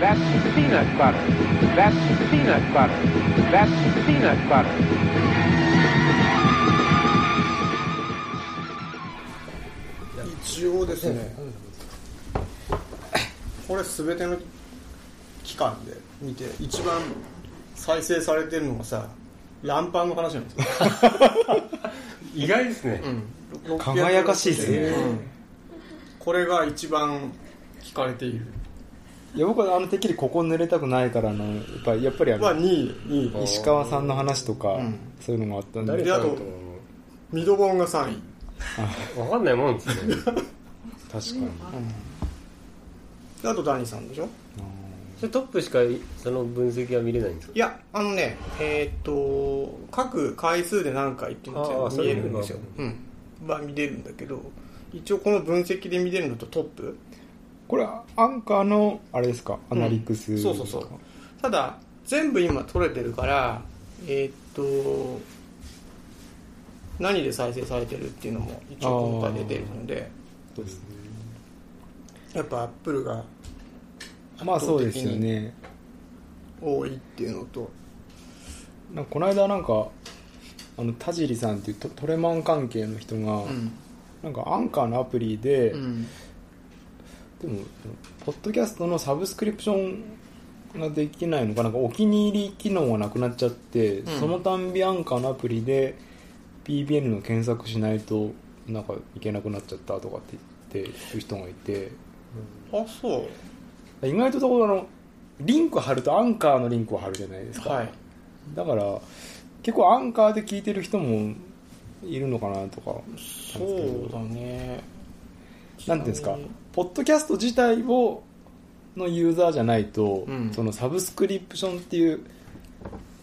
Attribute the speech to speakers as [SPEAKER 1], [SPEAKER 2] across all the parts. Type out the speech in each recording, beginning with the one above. [SPEAKER 1] That's peanut butter. That's peanut butter. That's peanut butter.
[SPEAKER 2] 一応ですね、これ全ての期間で見て一番再生されてるのがさランパンの話なんですよ、
[SPEAKER 3] 意外ですね、
[SPEAKER 2] うん
[SPEAKER 4] 輝かしいですね
[SPEAKER 2] うんこれが一番聞かれている
[SPEAKER 4] いや僕はあのてっきりここ濡れたくないからのやっぱりやっぱりあ
[SPEAKER 2] は
[SPEAKER 4] の
[SPEAKER 2] 2位2位
[SPEAKER 4] 石川さんの話とか、
[SPEAKER 2] うん
[SPEAKER 4] そういうのがあったん
[SPEAKER 3] 誰
[SPEAKER 4] で
[SPEAKER 3] だろう
[SPEAKER 2] ミドボンが3位
[SPEAKER 3] とわかんないもんですね
[SPEAKER 4] 確かに
[SPEAKER 2] あとダニさんでしょ
[SPEAKER 3] それトップしかその分析は見れないんですか
[SPEAKER 2] いやあのねえーっと各回数で何回っていうの
[SPEAKER 3] あ
[SPEAKER 2] っ
[SPEAKER 3] ー
[SPEAKER 2] て
[SPEAKER 3] そう
[SPEAKER 2] 見え
[SPEAKER 3] いう
[SPEAKER 2] る
[SPEAKER 3] の
[SPEAKER 2] んですよ
[SPEAKER 3] が、
[SPEAKER 2] うん、まあ見れるんだけど一応この分析で見れるのとトップ
[SPEAKER 4] これはアンカーのあれですかアナリク
[SPEAKER 2] う
[SPEAKER 4] ス、
[SPEAKER 2] んそうそうそうただ全部今取れてるからえーっと何で再生されてるっていうのも一応今回出てるので
[SPEAKER 4] そうですね
[SPEAKER 2] やっぱアップルが
[SPEAKER 4] まあそうですよね
[SPEAKER 2] 多いっていうのと
[SPEAKER 4] なんかこの間なんかあの田尻さんっていうトトレマン関係の人が、
[SPEAKER 2] うん
[SPEAKER 4] なんかアンカーのアプリで、
[SPEAKER 2] うん
[SPEAKER 4] でもポッドキャストのサブスクリプションができないのかなんかお気に入り機能がなくなっちゃって、
[SPEAKER 2] うん
[SPEAKER 4] そのたんびアンカーのアプリで PBN の検索しないとなんかいけなくなっちゃったとかって言ってる人がいて
[SPEAKER 2] あそ
[SPEAKER 4] 意外とそこあのリンク貼るとアンカーのリンクを貼るじゃないです
[SPEAKER 2] う
[SPEAKER 4] か、
[SPEAKER 2] はい
[SPEAKER 4] だから結構アンカーで聞いてる人もいるのかなとか
[SPEAKER 2] そうだね
[SPEAKER 4] なんていうんですかポッドキャスト自体をのユーザーじゃないと、
[SPEAKER 2] うん
[SPEAKER 4] そのサブスクリプションっていう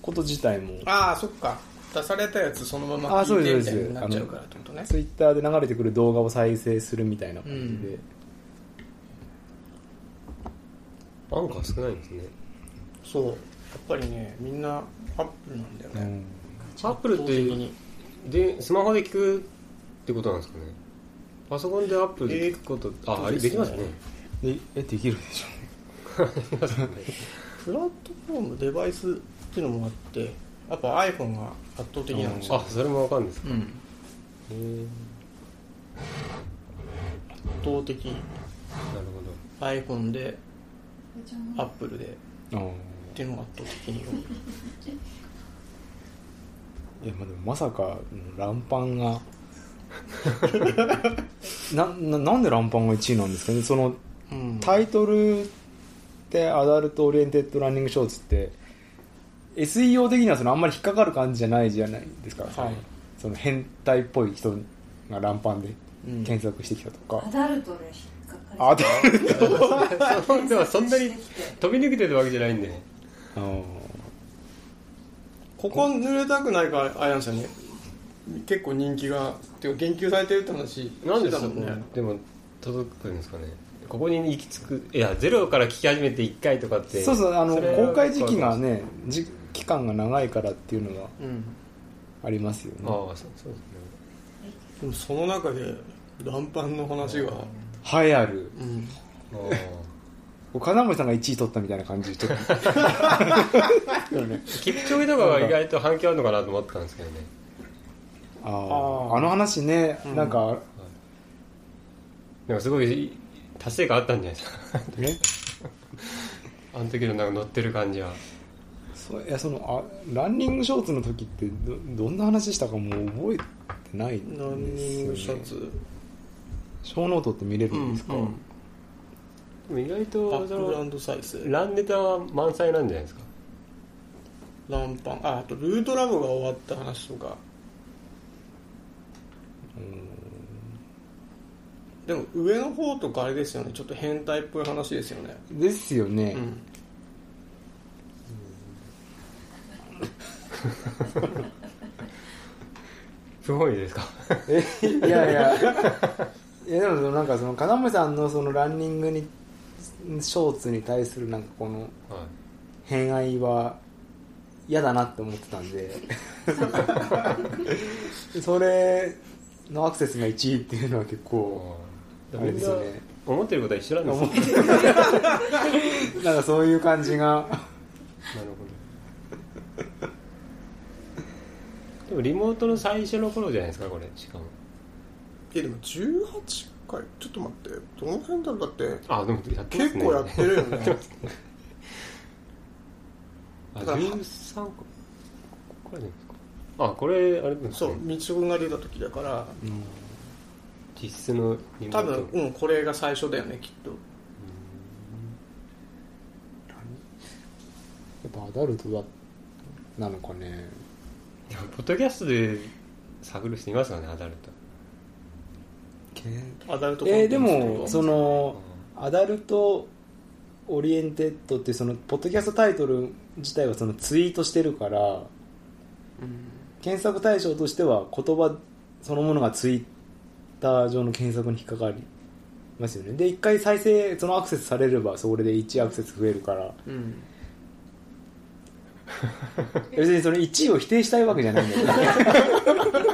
[SPEAKER 4] こと自体も
[SPEAKER 2] ああそっか出されたやつそのまま
[SPEAKER 4] あ
[SPEAKER 2] 聞
[SPEAKER 4] そう
[SPEAKER 2] いて
[SPEAKER 4] で
[SPEAKER 2] み
[SPEAKER 4] す
[SPEAKER 2] たいになっちゃう
[SPEAKER 4] そうです
[SPEAKER 2] からってことね
[SPEAKER 4] ツイッターで流れてくる動画を再生するみたいな感じで、
[SPEAKER 2] う
[SPEAKER 3] アンカー少ないんですね
[SPEAKER 2] そうやっぱりねみんなアップルなんだよ
[SPEAKER 4] う
[SPEAKER 2] ね、
[SPEAKER 4] ん
[SPEAKER 3] アップルっ
[SPEAKER 2] 圧倒的
[SPEAKER 3] て
[SPEAKER 2] に
[SPEAKER 3] でスマホで聞くってことなんですかねパソコンでアップルで聞くこと、ああれできますね
[SPEAKER 4] でえできるでしょ
[SPEAKER 2] プラットフォームデバイスっていうのもあってやっぱ iPhone が圧倒的なんですよ
[SPEAKER 3] あそれもわかるんですか
[SPEAKER 2] うん
[SPEAKER 3] へえ
[SPEAKER 2] 圧倒的
[SPEAKER 3] なるほど
[SPEAKER 2] iPhone で Apple でっ
[SPEAKER 4] ああ
[SPEAKER 2] ていうのが圧倒的に
[SPEAKER 4] いやまあでもまさかうんランパン がなななんでランパンが1位なんですかねその
[SPEAKER 2] 多い、うん、
[SPEAKER 4] タイトルってアダルトオリエンテッドランニングショーツって SEO 的にはそのあんまり引っかかる感じじゃないじゃないですか、
[SPEAKER 2] はい
[SPEAKER 4] その変態っぽい人が乱ンで
[SPEAKER 2] うん
[SPEAKER 4] 検索してきたとか
[SPEAKER 5] ア、ダルトで引っかか
[SPEAKER 4] アダルト
[SPEAKER 3] そうでもそんなに飛び抜けてるわけじゃないんで
[SPEAKER 4] あの
[SPEAKER 2] ここ濡れたくないからあれなんですよね結構人気がっていうか言及されてるって話
[SPEAKER 3] なんで
[SPEAKER 2] して
[SPEAKER 3] そ
[SPEAKER 2] たも
[SPEAKER 3] こ
[SPEAKER 2] んね
[SPEAKER 3] でも届くんですかねここに行き着くいやゼロから聞き始めて1回とかって
[SPEAKER 4] そうそうあの
[SPEAKER 3] それは
[SPEAKER 4] 公開時期がねじ期間が長いからっていうのが
[SPEAKER 2] うん
[SPEAKER 4] ありますよね
[SPEAKER 3] ああそうそうですね
[SPEAKER 2] でもその中で乱パンの話が
[SPEAKER 4] 流行る
[SPEAKER 2] うん
[SPEAKER 3] あ
[SPEAKER 4] 金森さんが1位取ったみたいな感じちょっ と
[SPEAKER 3] あキプチョゲとかは意外と反響あるのかなと思ってたんですけどね
[SPEAKER 4] あ
[SPEAKER 2] あ
[SPEAKER 4] ああの話ね、
[SPEAKER 2] うん
[SPEAKER 4] なんか
[SPEAKER 3] でもすごい達成感あったんじゃないです か
[SPEAKER 4] ね
[SPEAKER 3] あの時のなんか乗ってる感じは
[SPEAKER 4] そういやそのあランニングショーツの時ってどどんな話したかもう覚えてないん
[SPEAKER 2] ランニングシャ
[SPEAKER 4] ね
[SPEAKER 2] ツ
[SPEAKER 4] ショーノートって見れるんですか、
[SPEAKER 2] うん
[SPEAKER 3] でも意外
[SPEAKER 2] バ
[SPEAKER 3] とそ
[SPEAKER 2] ッ
[SPEAKER 3] の
[SPEAKER 2] クグサイズ
[SPEAKER 3] ランネタは満載なんじゃないですか
[SPEAKER 2] ランパンああとルートラボが終わった話とかでも上の方とかあれですよねちょっと変態っぽい話ですよね
[SPEAKER 4] ですよね、
[SPEAKER 2] うん
[SPEAKER 3] すごいですか
[SPEAKER 4] えいやいやいやでもそのなんかその金森さんのそのランニングにショーツに対するなんかこの
[SPEAKER 3] は
[SPEAKER 4] 偏愛は嫌だなって思ってたん でそれのアクセスが1位っていうのは結
[SPEAKER 3] い
[SPEAKER 4] 構
[SPEAKER 3] あ
[SPEAKER 4] あ
[SPEAKER 3] あみ
[SPEAKER 4] れ
[SPEAKER 3] ん
[SPEAKER 4] で
[SPEAKER 3] な
[SPEAKER 4] すよね
[SPEAKER 3] 思ってることは一緒なんです
[SPEAKER 4] 思
[SPEAKER 3] よ
[SPEAKER 4] ってるなんかそういう感じが
[SPEAKER 3] なるほどでもリモートの最初の頃じゃないですかこれしかも
[SPEAKER 2] いやでも18回ちょっと待ってどの辺だろうだって
[SPEAKER 3] あでもやってます
[SPEAKER 2] 結
[SPEAKER 3] ね
[SPEAKER 2] 構やってるよね
[SPEAKER 3] あ
[SPEAKER 2] だから
[SPEAKER 3] 13個ここれじゃないですかあこれあれですね
[SPEAKER 2] そう道君が出た時だから
[SPEAKER 3] 実質のリモ
[SPEAKER 2] 多
[SPEAKER 3] ート
[SPEAKER 2] 分うんこれが最初だよねきっと
[SPEAKER 4] やっぱアダルトだなのかね
[SPEAKER 3] でもポッドキャストで探る人いますよねアダルト
[SPEAKER 2] アダルトコン
[SPEAKER 4] え
[SPEAKER 2] テ
[SPEAKER 4] ー
[SPEAKER 2] ンツ
[SPEAKER 4] で
[SPEAKER 2] とか
[SPEAKER 4] もそのアダルトオリエンテッドってそのポッドキャストタイトル自体はそのツイートしてるから検索対象としては言葉そのものがツイッター上の検索に引っかかりますよねで一回再生そのアクセスされればそれで1アクセス増え るから
[SPEAKER 2] うん
[SPEAKER 4] 別にその1位を否定したいわけじゃないんだけど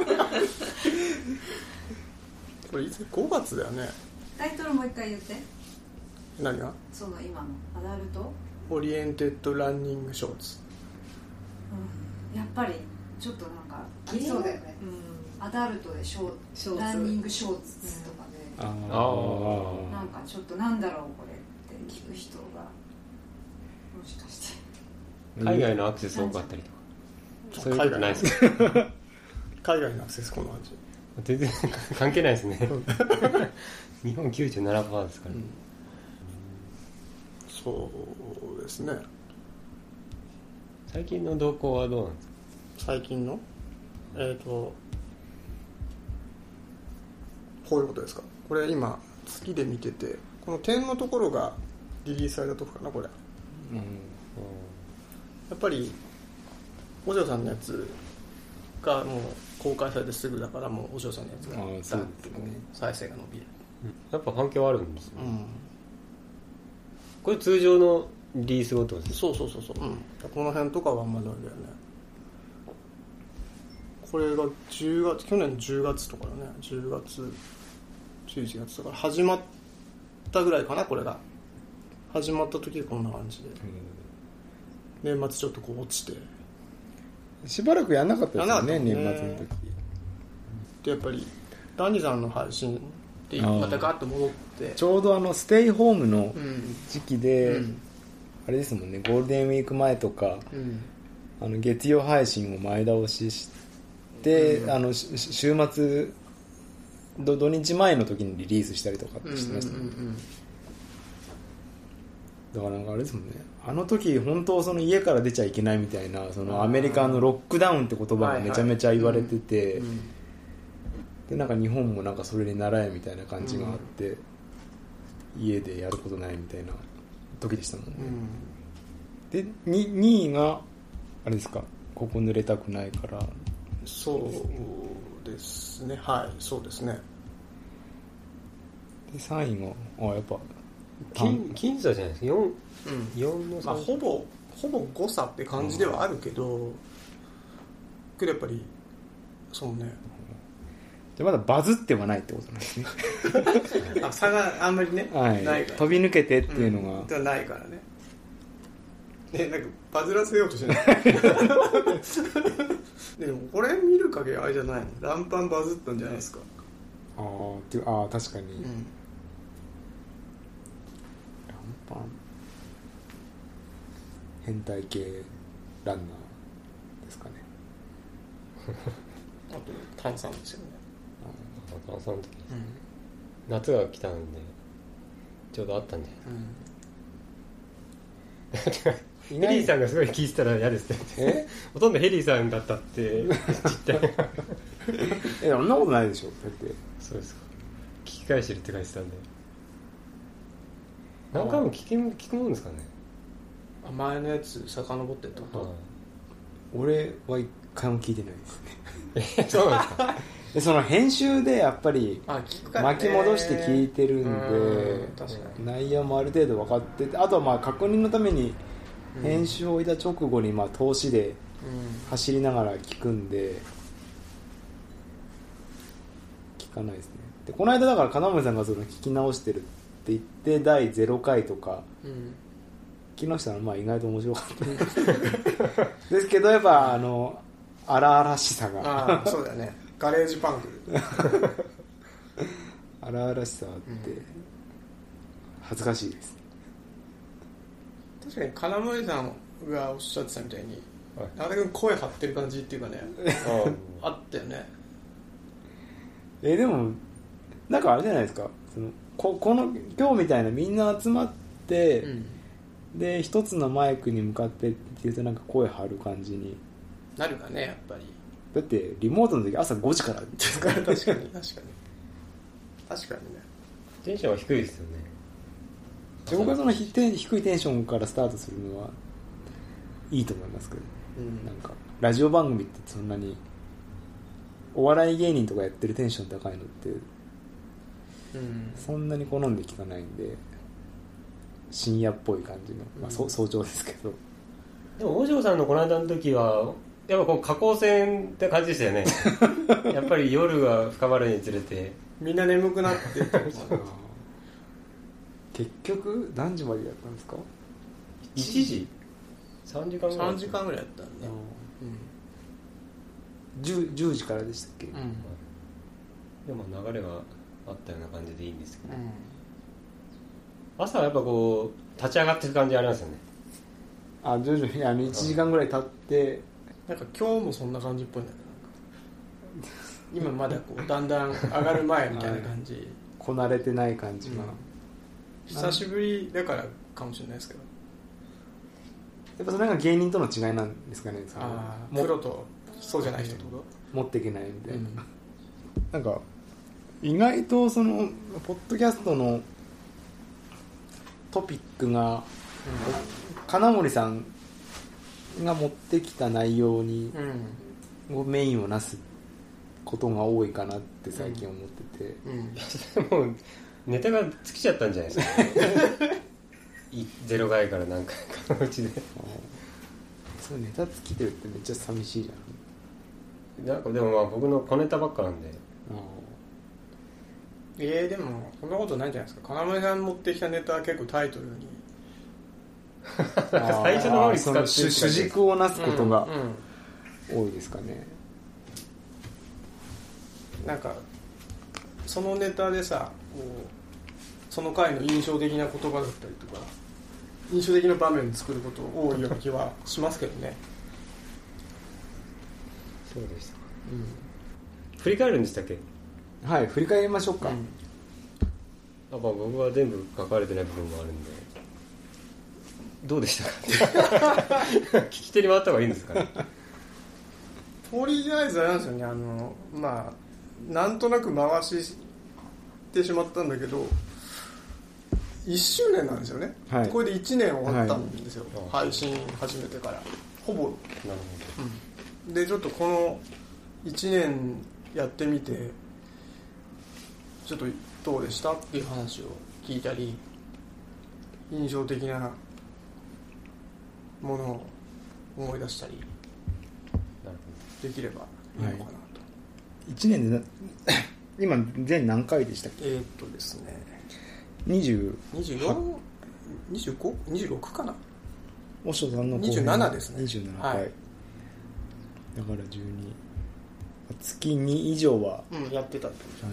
[SPEAKER 2] これいつ5月だよね
[SPEAKER 5] タイトルもう一回言って
[SPEAKER 2] 何が
[SPEAKER 5] その今のアダルト、
[SPEAKER 2] オリエンテッドランニングショーツ
[SPEAKER 5] うん、やっぱりちょっとなんかありそうだよね、うん、アダルトでショー
[SPEAKER 6] ショーツ
[SPEAKER 5] ランニングショーツとかで、
[SPEAKER 4] あー
[SPEAKER 3] あ
[SPEAKER 5] なんかちょっとなんだろうこれって聞く人がもしかして
[SPEAKER 3] 海外のアクセス多かったりとかそういうことないですか
[SPEAKER 2] 海外のアクセスこの味
[SPEAKER 3] 全然関係ないですね 日本97%ですから、
[SPEAKER 2] そうですね
[SPEAKER 3] 最近の動向はどうなんですか
[SPEAKER 2] 最近のえっ、とこういうことですかこれ今月で見ててこの点のところがリリースされたとこかなこれや
[SPEAKER 4] うん
[SPEAKER 2] っぱりお嬢さんのやつがもう公開されてすぐだからもうお嬢さんのやつが
[SPEAKER 4] あーそうですね
[SPEAKER 2] 再生が伸びる
[SPEAKER 3] やっぱ反響はあるんですね
[SPEAKER 2] う
[SPEAKER 3] これ通常のリリースごと
[SPEAKER 2] ん、
[SPEAKER 3] です
[SPEAKER 2] そうそうそうそう、うん、この辺とかはあんまりないんだよねこれが10月去年10月とかだね10月11月だから始まったぐらいかなこれが始まった時はこんな感じで年末ちょっとこう落ちて
[SPEAKER 4] しばらくやんなかったですよね
[SPEAKER 2] や
[SPEAKER 4] 年
[SPEAKER 2] んなかった
[SPEAKER 4] 末の
[SPEAKER 2] ね
[SPEAKER 4] 時
[SPEAKER 2] でやっぱりダニさんの配信で
[SPEAKER 4] あー
[SPEAKER 2] またガッと戻って
[SPEAKER 4] ちょうどあのステイホームの
[SPEAKER 2] うん
[SPEAKER 4] 時期で、
[SPEAKER 2] うん
[SPEAKER 4] あれですもんねゴールデンウィーク前とか
[SPEAKER 2] うん
[SPEAKER 4] あの月曜配信を前倒しして、あのしし週末ど土日前の時にリリースしたりとかっ
[SPEAKER 2] うんう
[SPEAKER 4] てして
[SPEAKER 2] ん
[SPEAKER 4] ましたね、
[SPEAKER 2] うん
[SPEAKER 4] だからなんかあれですもんねあの時本当その家から出ちゃいけないみたいなそのアメリカのロックダウンって言葉がめちゃめちゃ言われてて、
[SPEAKER 2] うん
[SPEAKER 4] でなんか日本もなんかそれに習えみたいな感じがあって、家でやることないみたいな時でしたもんね、
[SPEAKER 2] うん
[SPEAKER 4] で 2, 2位があれですかここ濡れたくないから
[SPEAKER 2] そうですねはいそうですね
[SPEAKER 4] で3位があやっぱ
[SPEAKER 3] 僅僅差じゃないですか 4,
[SPEAKER 2] うん
[SPEAKER 3] 4の
[SPEAKER 2] まあ、
[SPEAKER 3] 差
[SPEAKER 2] ほぼほぼ誤差って感じではあるけど、けどやっぱりそうね
[SPEAKER 4] じゃあまだバズってはないってことなん ですね
[SPEAKER 2] あ差があんまりね、
[SPEAKER 4] はい
[SPEAKER 2] ないから
[SPEAKER 4] 飛び抜けてっていうのが、
[SPEAKER 2] んではないからねねなんかバズらせようとしないでもこれ見る限りあれじゃないのランパンバズったんじゃないですか、
[SPEAKER 4] あーっていうあー確かに、
[SPEAKER 2] う
[SPEAKER 4] ラン
[SPEAKER 2] ん、
[SPEAKER 4] パン変態系ランナーですかね
[SPEAKER 2] あと炭酸ですよね、
[SPEAKER 3] あその時です
[SPEAKER 2] うん
[SPEAKER 3] 夏が来たんでちょうどあったんで
[SPEAKER 4] 意
[SPEAKER 3] ヘリー
[SPEAKER 4] ん
[SPEAKER 3] さんがすごい聞いてたら嫌ですね
[SPEAKER 4] え
[SPEAKER 3] ほとんどヘリーさんだったって実態
[SPEAKER 4] えそんなことないでしょだって
[SPEAKER 3] そうですか聞き返してるって書いてたんで何回も聞き聞くもんですかね
[SPEAKER 2] あ前のやつ遡ってってこと、
[SPEAKER 4] 俺は一回も聞いてないですね
[SPEAKER 3] え そうなんですか
[SPEAKER 4] でその編集でやっぱり
[SPEAKER 2] あ聞くからね
[SPEAKER 4] 巻き戻して聞いてるん
[SPEAKER 2] う
[SPEAKER 4] で
[SPEAKER 2] ん確かに
[SPEAKER 4] 内容もある程度分かっててあとはまあ確認のために
[SPEAKER 2] うん
[SPEAKER 4] 編集を置いた直後にまあ投資で走りながら聞くんで聞かないですねでこの間だから金森さんがその聞き直してるってっていって第0回とか
[SPEAKER 6] うん
[SPEAKER 4] 木下のまあ意外と面白かった ですけどやっぱあの荒々しさが
[SPEAKER 2] ああそうだよねガレージパンク
[SPEAKER 4] 荒々しさあって恥ずかしいです
[SPEAKER 2] 確かに金森さんがおっしゃってたみたいに中田君声張ってる感じっていうか ね
[SPEAKER 3] あ
[SPEAKER 2] あったよね
[SPEAKER 4] えでもなんかあれじゃないですかそのここの今日みたいなみんな集まって、
[SPEAKER 6] うん
[SPEAKER 4] で一つのマイクに向かってっていうとなんか声張る感じに
[SPEAKER 2] なるかねやっぱり
[SPEAKER 4] だってリモートの時朝5時からで すから
[SPEAKER 2] 確かに確かに確かにね
[SPEAKER 3] テンションは低いですよね
[SPEAKER 4] で僕はそのひテン低いテンションからスタートするのはいいと思いますけど、
[SPEAKER 2] うん
[SPEAKER 4] なんかラジオ番組ってそんなにお笑い芸人とかやってるテンション高いのって
[SPEAKER 2] うん
[SPEAKER 4] そんなに好んで聞かないんで深夜っぽい感じの、まあ、そ早朝ですけど
[SPEAKER 3] でも五条さんのこの間の時はやっぱこう下降線って感じでしたよ ねやっぱり夜が深まるにつれて
[SPEAKER 2] みんな眠くなってたもんな
[SPEAKER 4] 結局何時までやったんですか
[SPEAKER 3] 1時3時 間ぐらい
[SPEAKER 2] 3時間ぐらいやったんだね
[SPEAKER 4] 10, 10時からでしたっけ、
[SPEAKER 2] うん
[SPEAKER 3] でも流れがあったような感じでいいんですけど、
[SPEAKER 2] うん
[SPEAKER 3] 朝はやっぱこう立ち上がってる感じありますよね
[SPEAKER 4] あ徐々にあの1時間ぐらい経って
[SPEAKER 2] なんか今日もそんな感じっぽいんだけど今まだこうだんだん上がる前みたいな感じ、
[SPEAKER 4] こなれてない感じが、
[SPEAKER 2] うん久しぶりだからかもしれないですけど
[SPEAKER 4] やっぱそれが芸人との違いなんですかねその
[SPEAKER 2] ああ
[SPEAKER 4] も
[SPEAKER 2] プロとそうじゃない人ってこ
[SPEAKER 4] 持っていけないみた
[SPEAKER 2] と、
[SPEAKER 4] いな、なんか意外とそのポッドキャストのトピックが、金森さんが持ってきた内容に、をメインをなすことが多いかなって最近思ってて、
[SPEAKER 3] もうネタが尽きちゃったんじゃないですかいゼロ回から何回かのうちで
[SPEAKER 4] そうネタ尽きてるってめっちゃ寂しいじゃん
[SPEAKER 3] なんかでもまあ僕の小ネタばっかなんで
[SPEAKER 2] えー、でもそんなことないんじゃないですか金森さん持ってきたネタは結構タイトルに
[SPEAKER 3] なんか最初の方に使って
[SPEAKER 4] あーそ主主軸をなすことが
[SPEAKER 2] うんうん
[SPEAKER 4] 多いですかね、
[SPEAKER 2] なんかそのネタでさこうその回の印象的な言葉だったりとか印象的な場面作ること多いような気はしますけどね、
[SPEAKER 3] そうでしたか振り返るんでしたっけ
[SPEAKER 4] はい振り返りましょうか、
[SPEAKER 3] あまあ僕は全部書かれてない部分もあるんでどうでした か聞き手に回った方がいいんですかね
[SPEAKER 2] とりあえずあれなんですよねあのまあなんとなく回してしまったんだけど1周年なんですよね、
[SPEAKER 4] はい
[SPEAKER 2] これで1年終わったんですよ、
[SPEAKER 3] は
[SPEAKER 2] 配信始めてからほぼ
[SPEAKER 3] なる
[SPEAKER 2] でちょっとこの1年やってみてちょっとどうでしたっていう話を聞いたり印象的なものを思い出したり
[SPEAKER 3] ほどなる
[SPEAKER 2] できればいいのかなと、
[SPEAKER 4] 1年でな 今全何回でしたっ
[SPEAKER 2] えーっとですね
[SPEAKER 4] け20
[SPEAKER 2] 2425?26 かな
[SPEAKER 4] おしょさんの
[SPEAKER 2] 27ですね
[SPEAKER 4] 27回、
[SPEAKER 2] はい
[SPEAKER 4] だから12月2以上は、は
[SPEAKER 2] うんやってたってこ
[SPEAKER 4] い、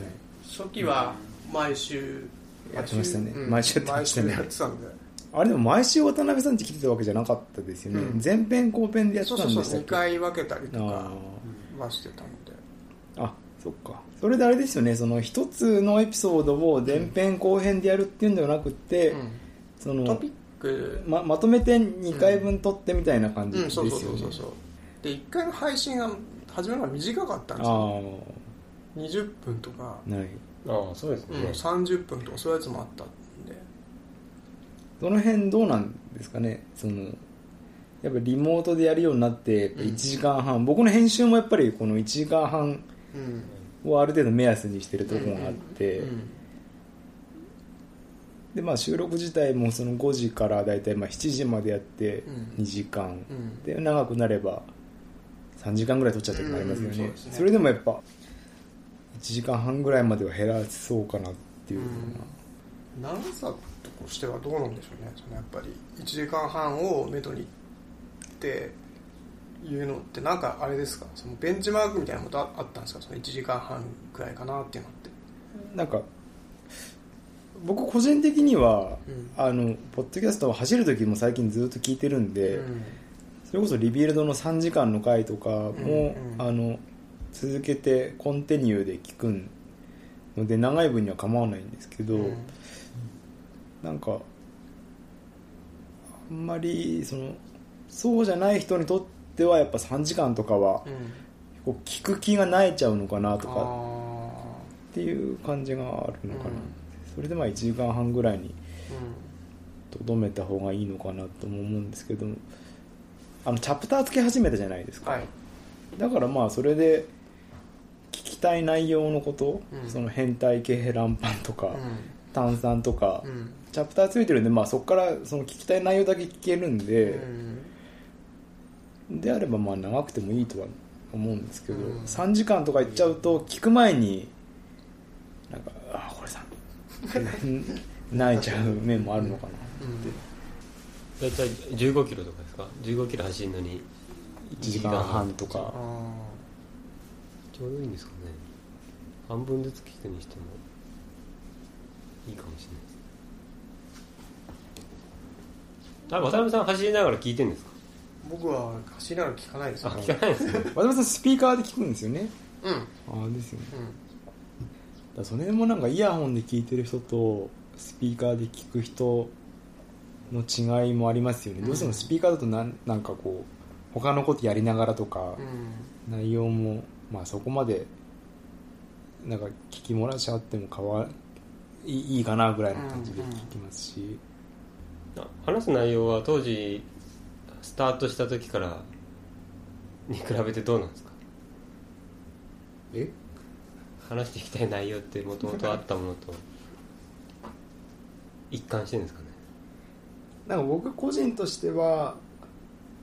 [SPEAKER 2] と初期は毎週
[SPEAKER 4] やってましたね
[SPEAKER 2] 毎週
[SPEAKER 4] 毎週やってました
[SPEAKER 2] 毎週やっ
[SPEAKER 4] ね
[SPEAKER 2] てたんで
[SPEAKER 4] あれでも毎週渡辺さんって来てたわけじゃなかったですよね、
[SPEAKER 2] うん
[SPEAKER 4] 前編後編でやって
[SPEAKER 2] そ
[SPEAKER 4] た
[SPEAKER 2] うんそ
[SPEAKER 4] で
[SPEAKER 2] う
[SPEAKER 4] し
[SPEAKER 2] そ
[SPEAKER 4] た
[SPEAKER 2] う
[SPEAKER 4] っけ
[SPEAKER 2] 2回分けたりとか
[SPEAKER 4] あ
[SPEAKER 2] はしてたので
[SPEAKER 4] ーあそっかそれであれですよねその一つのエピソードを前編後編でやるっていうんではなくって、その
[SPEAKER 2] トピック
[SPEAKER 4] ままとめて2回分撮ってみたいな感じ
[SPEAKER 2] う
[SPEAKER 4] で
[SPEAKER 2] ん、
[SPEAKER 4] す
[SPEAKER 2] そう
[SPEAKER 4] よね、
[SPEAKER 2] そうそうそうそうで1回の配信が始めるのが短かったんですよ
[SPEAKER 4] あ
[SPEAKER 2] 20分とか、
[SPEAKER 4] あない
[SPEAKER 3] ほどああそうです
[SPEAKER 2] うん
[SPEAKER 3] ね、
[SPEAKER 2] 30分とかそういうやつもあったんで
[SPEAKER 4] その辺どうなんですかねそのやっぱリモートでやるようになってやっぱ1時間半、僕の編集もやっぱりこの1時間半
[SPEAKER 2] うん
[SPEAKER 4] をある程度目安にしてるところがあって、
[SPEAKER 2] うん
[SPEAKER 4] でまあ、収録自体もその5時からだいたいまあ7時までやって
[SPEAKER 2] うん
[SPEAKER 4] 2時間、
[SPEAKER 2] うん
[SPEAKER 4] で長くなれば3時間ぐらい取っちゃった時もありますよね,、
[SPEAKER 2] うんうんそうで
[SPEAKER 4] そ
[SPEAKER 2] すね
[SPEAKER 4] れでもやっぱ1時間半ぐらいまでは減らそうかなっていうような
[SPEAKER 2] 長さとしてはどうなんでしょうねそのやっぱり1時間半をめどにっていうのってなんかあれですかそのベンチマークみたいなことああったんですかその1時間半くらいかなっていうのって
[SPEAKER 4] なんか僕個人的には、
[SPEAKER 2] うん
[SPEAKER 4] あのポッドキャストを走る時も最近ずっと聞いてるんで、
[SPEAKER 2] うん
[SPEAKER 4] それこそリビルドの3時間の回とか
[SPEAKER 2] う
[SPEAKER 4] も、
[SPEAKER 2] んうん
[SPEAKER 4] あの続けてコンティニューで聞くので長い分には構わないんですけど、
[SPEAKER 2] うん
[SPEAKER 4] なんかあんまりそのそうじゃない人にとってはやっぱ3時間とかは
[SPEAKER 2] うん
[SPEAKER 4] こう聞く気がなえちゃうのかなと
[SPEAKER 2] あ
[SPEAKER 4] かっていう感じがあるのかな、それでまあ1時間半ぐらいに
[SPEAKER 2] ーうん
[SPEAKER 4] とどめた方がいいのかなとも思うんですけどもあのチャプターつけ始めたじゃないですか、
[SPEAKER 2] はい
[SPEAKER 4] だからまあそれで聞きたい内容のこと、
[SPEAKER 2] うん
[SPEAKER 4] その変態系乱パンとか、
[SPEAKER 2] う
[SPEAKER 4] 炭酸とか、
[SPEAKER 2] んうん
[SPEAKER 4] チャプターついてるんで、まあ、そこからその聞きたい内容だけ聞けるんで、であればまあ長くてもいいとは思うんですけど、
[SPEAKER 2] うん
[SPEAKER 4] 3時間とかいっちゃうと聞く前になんかああこ れさ泣いちゃう面もあるのかな
[SPEAKER 2] うん
[SPEAKER 3] 大体15キロとかですか15キロ走るのに
[SPEAKER 4] 1時間半と
[SPEAKER 2] あ
[SPEAKER 4] か
[SPEAKER 2] ー
[SPEAKER 3] ちょうどいいんですかね半分ずつ聞くにしてもいいかもしれないですあ渡辺さん走りながら聞いてるんですか
[SPEAKER 2] 僕は走りながら聞かないです
[SPEAKER 3] あ
[SPEAKER 2] ね
[SPEAKER 3] 聞かないですね
[SPEAKER 4] 渡辺さんスピーカーで聞くんですよね
[SPEAKER 2] うんうん
[SPEAKER 4] ああですよねだからそれもなんかイヤホンで聞いてる人とスピーカーで聞く人の違いもありますよね、どうしてもスピーカーだとなんなんかこう他のことやりながらとか、
[SPEAKER 2] うん
[SPEAKER 4] 内容も、まあ、そこまでなんか聞き漏らしあってもかわいいいいかなぐらいの感じで聞きますし、
[SPEAKER 3] あ話す内容は当時スタートした時からに比べてどうなんですか
[SPEAKER 4] え
[SPEAKER 3] 話していきたい内容ってもともとあったものと一貫してるんですかね
[SPEAKER 4] なんか僕個人としては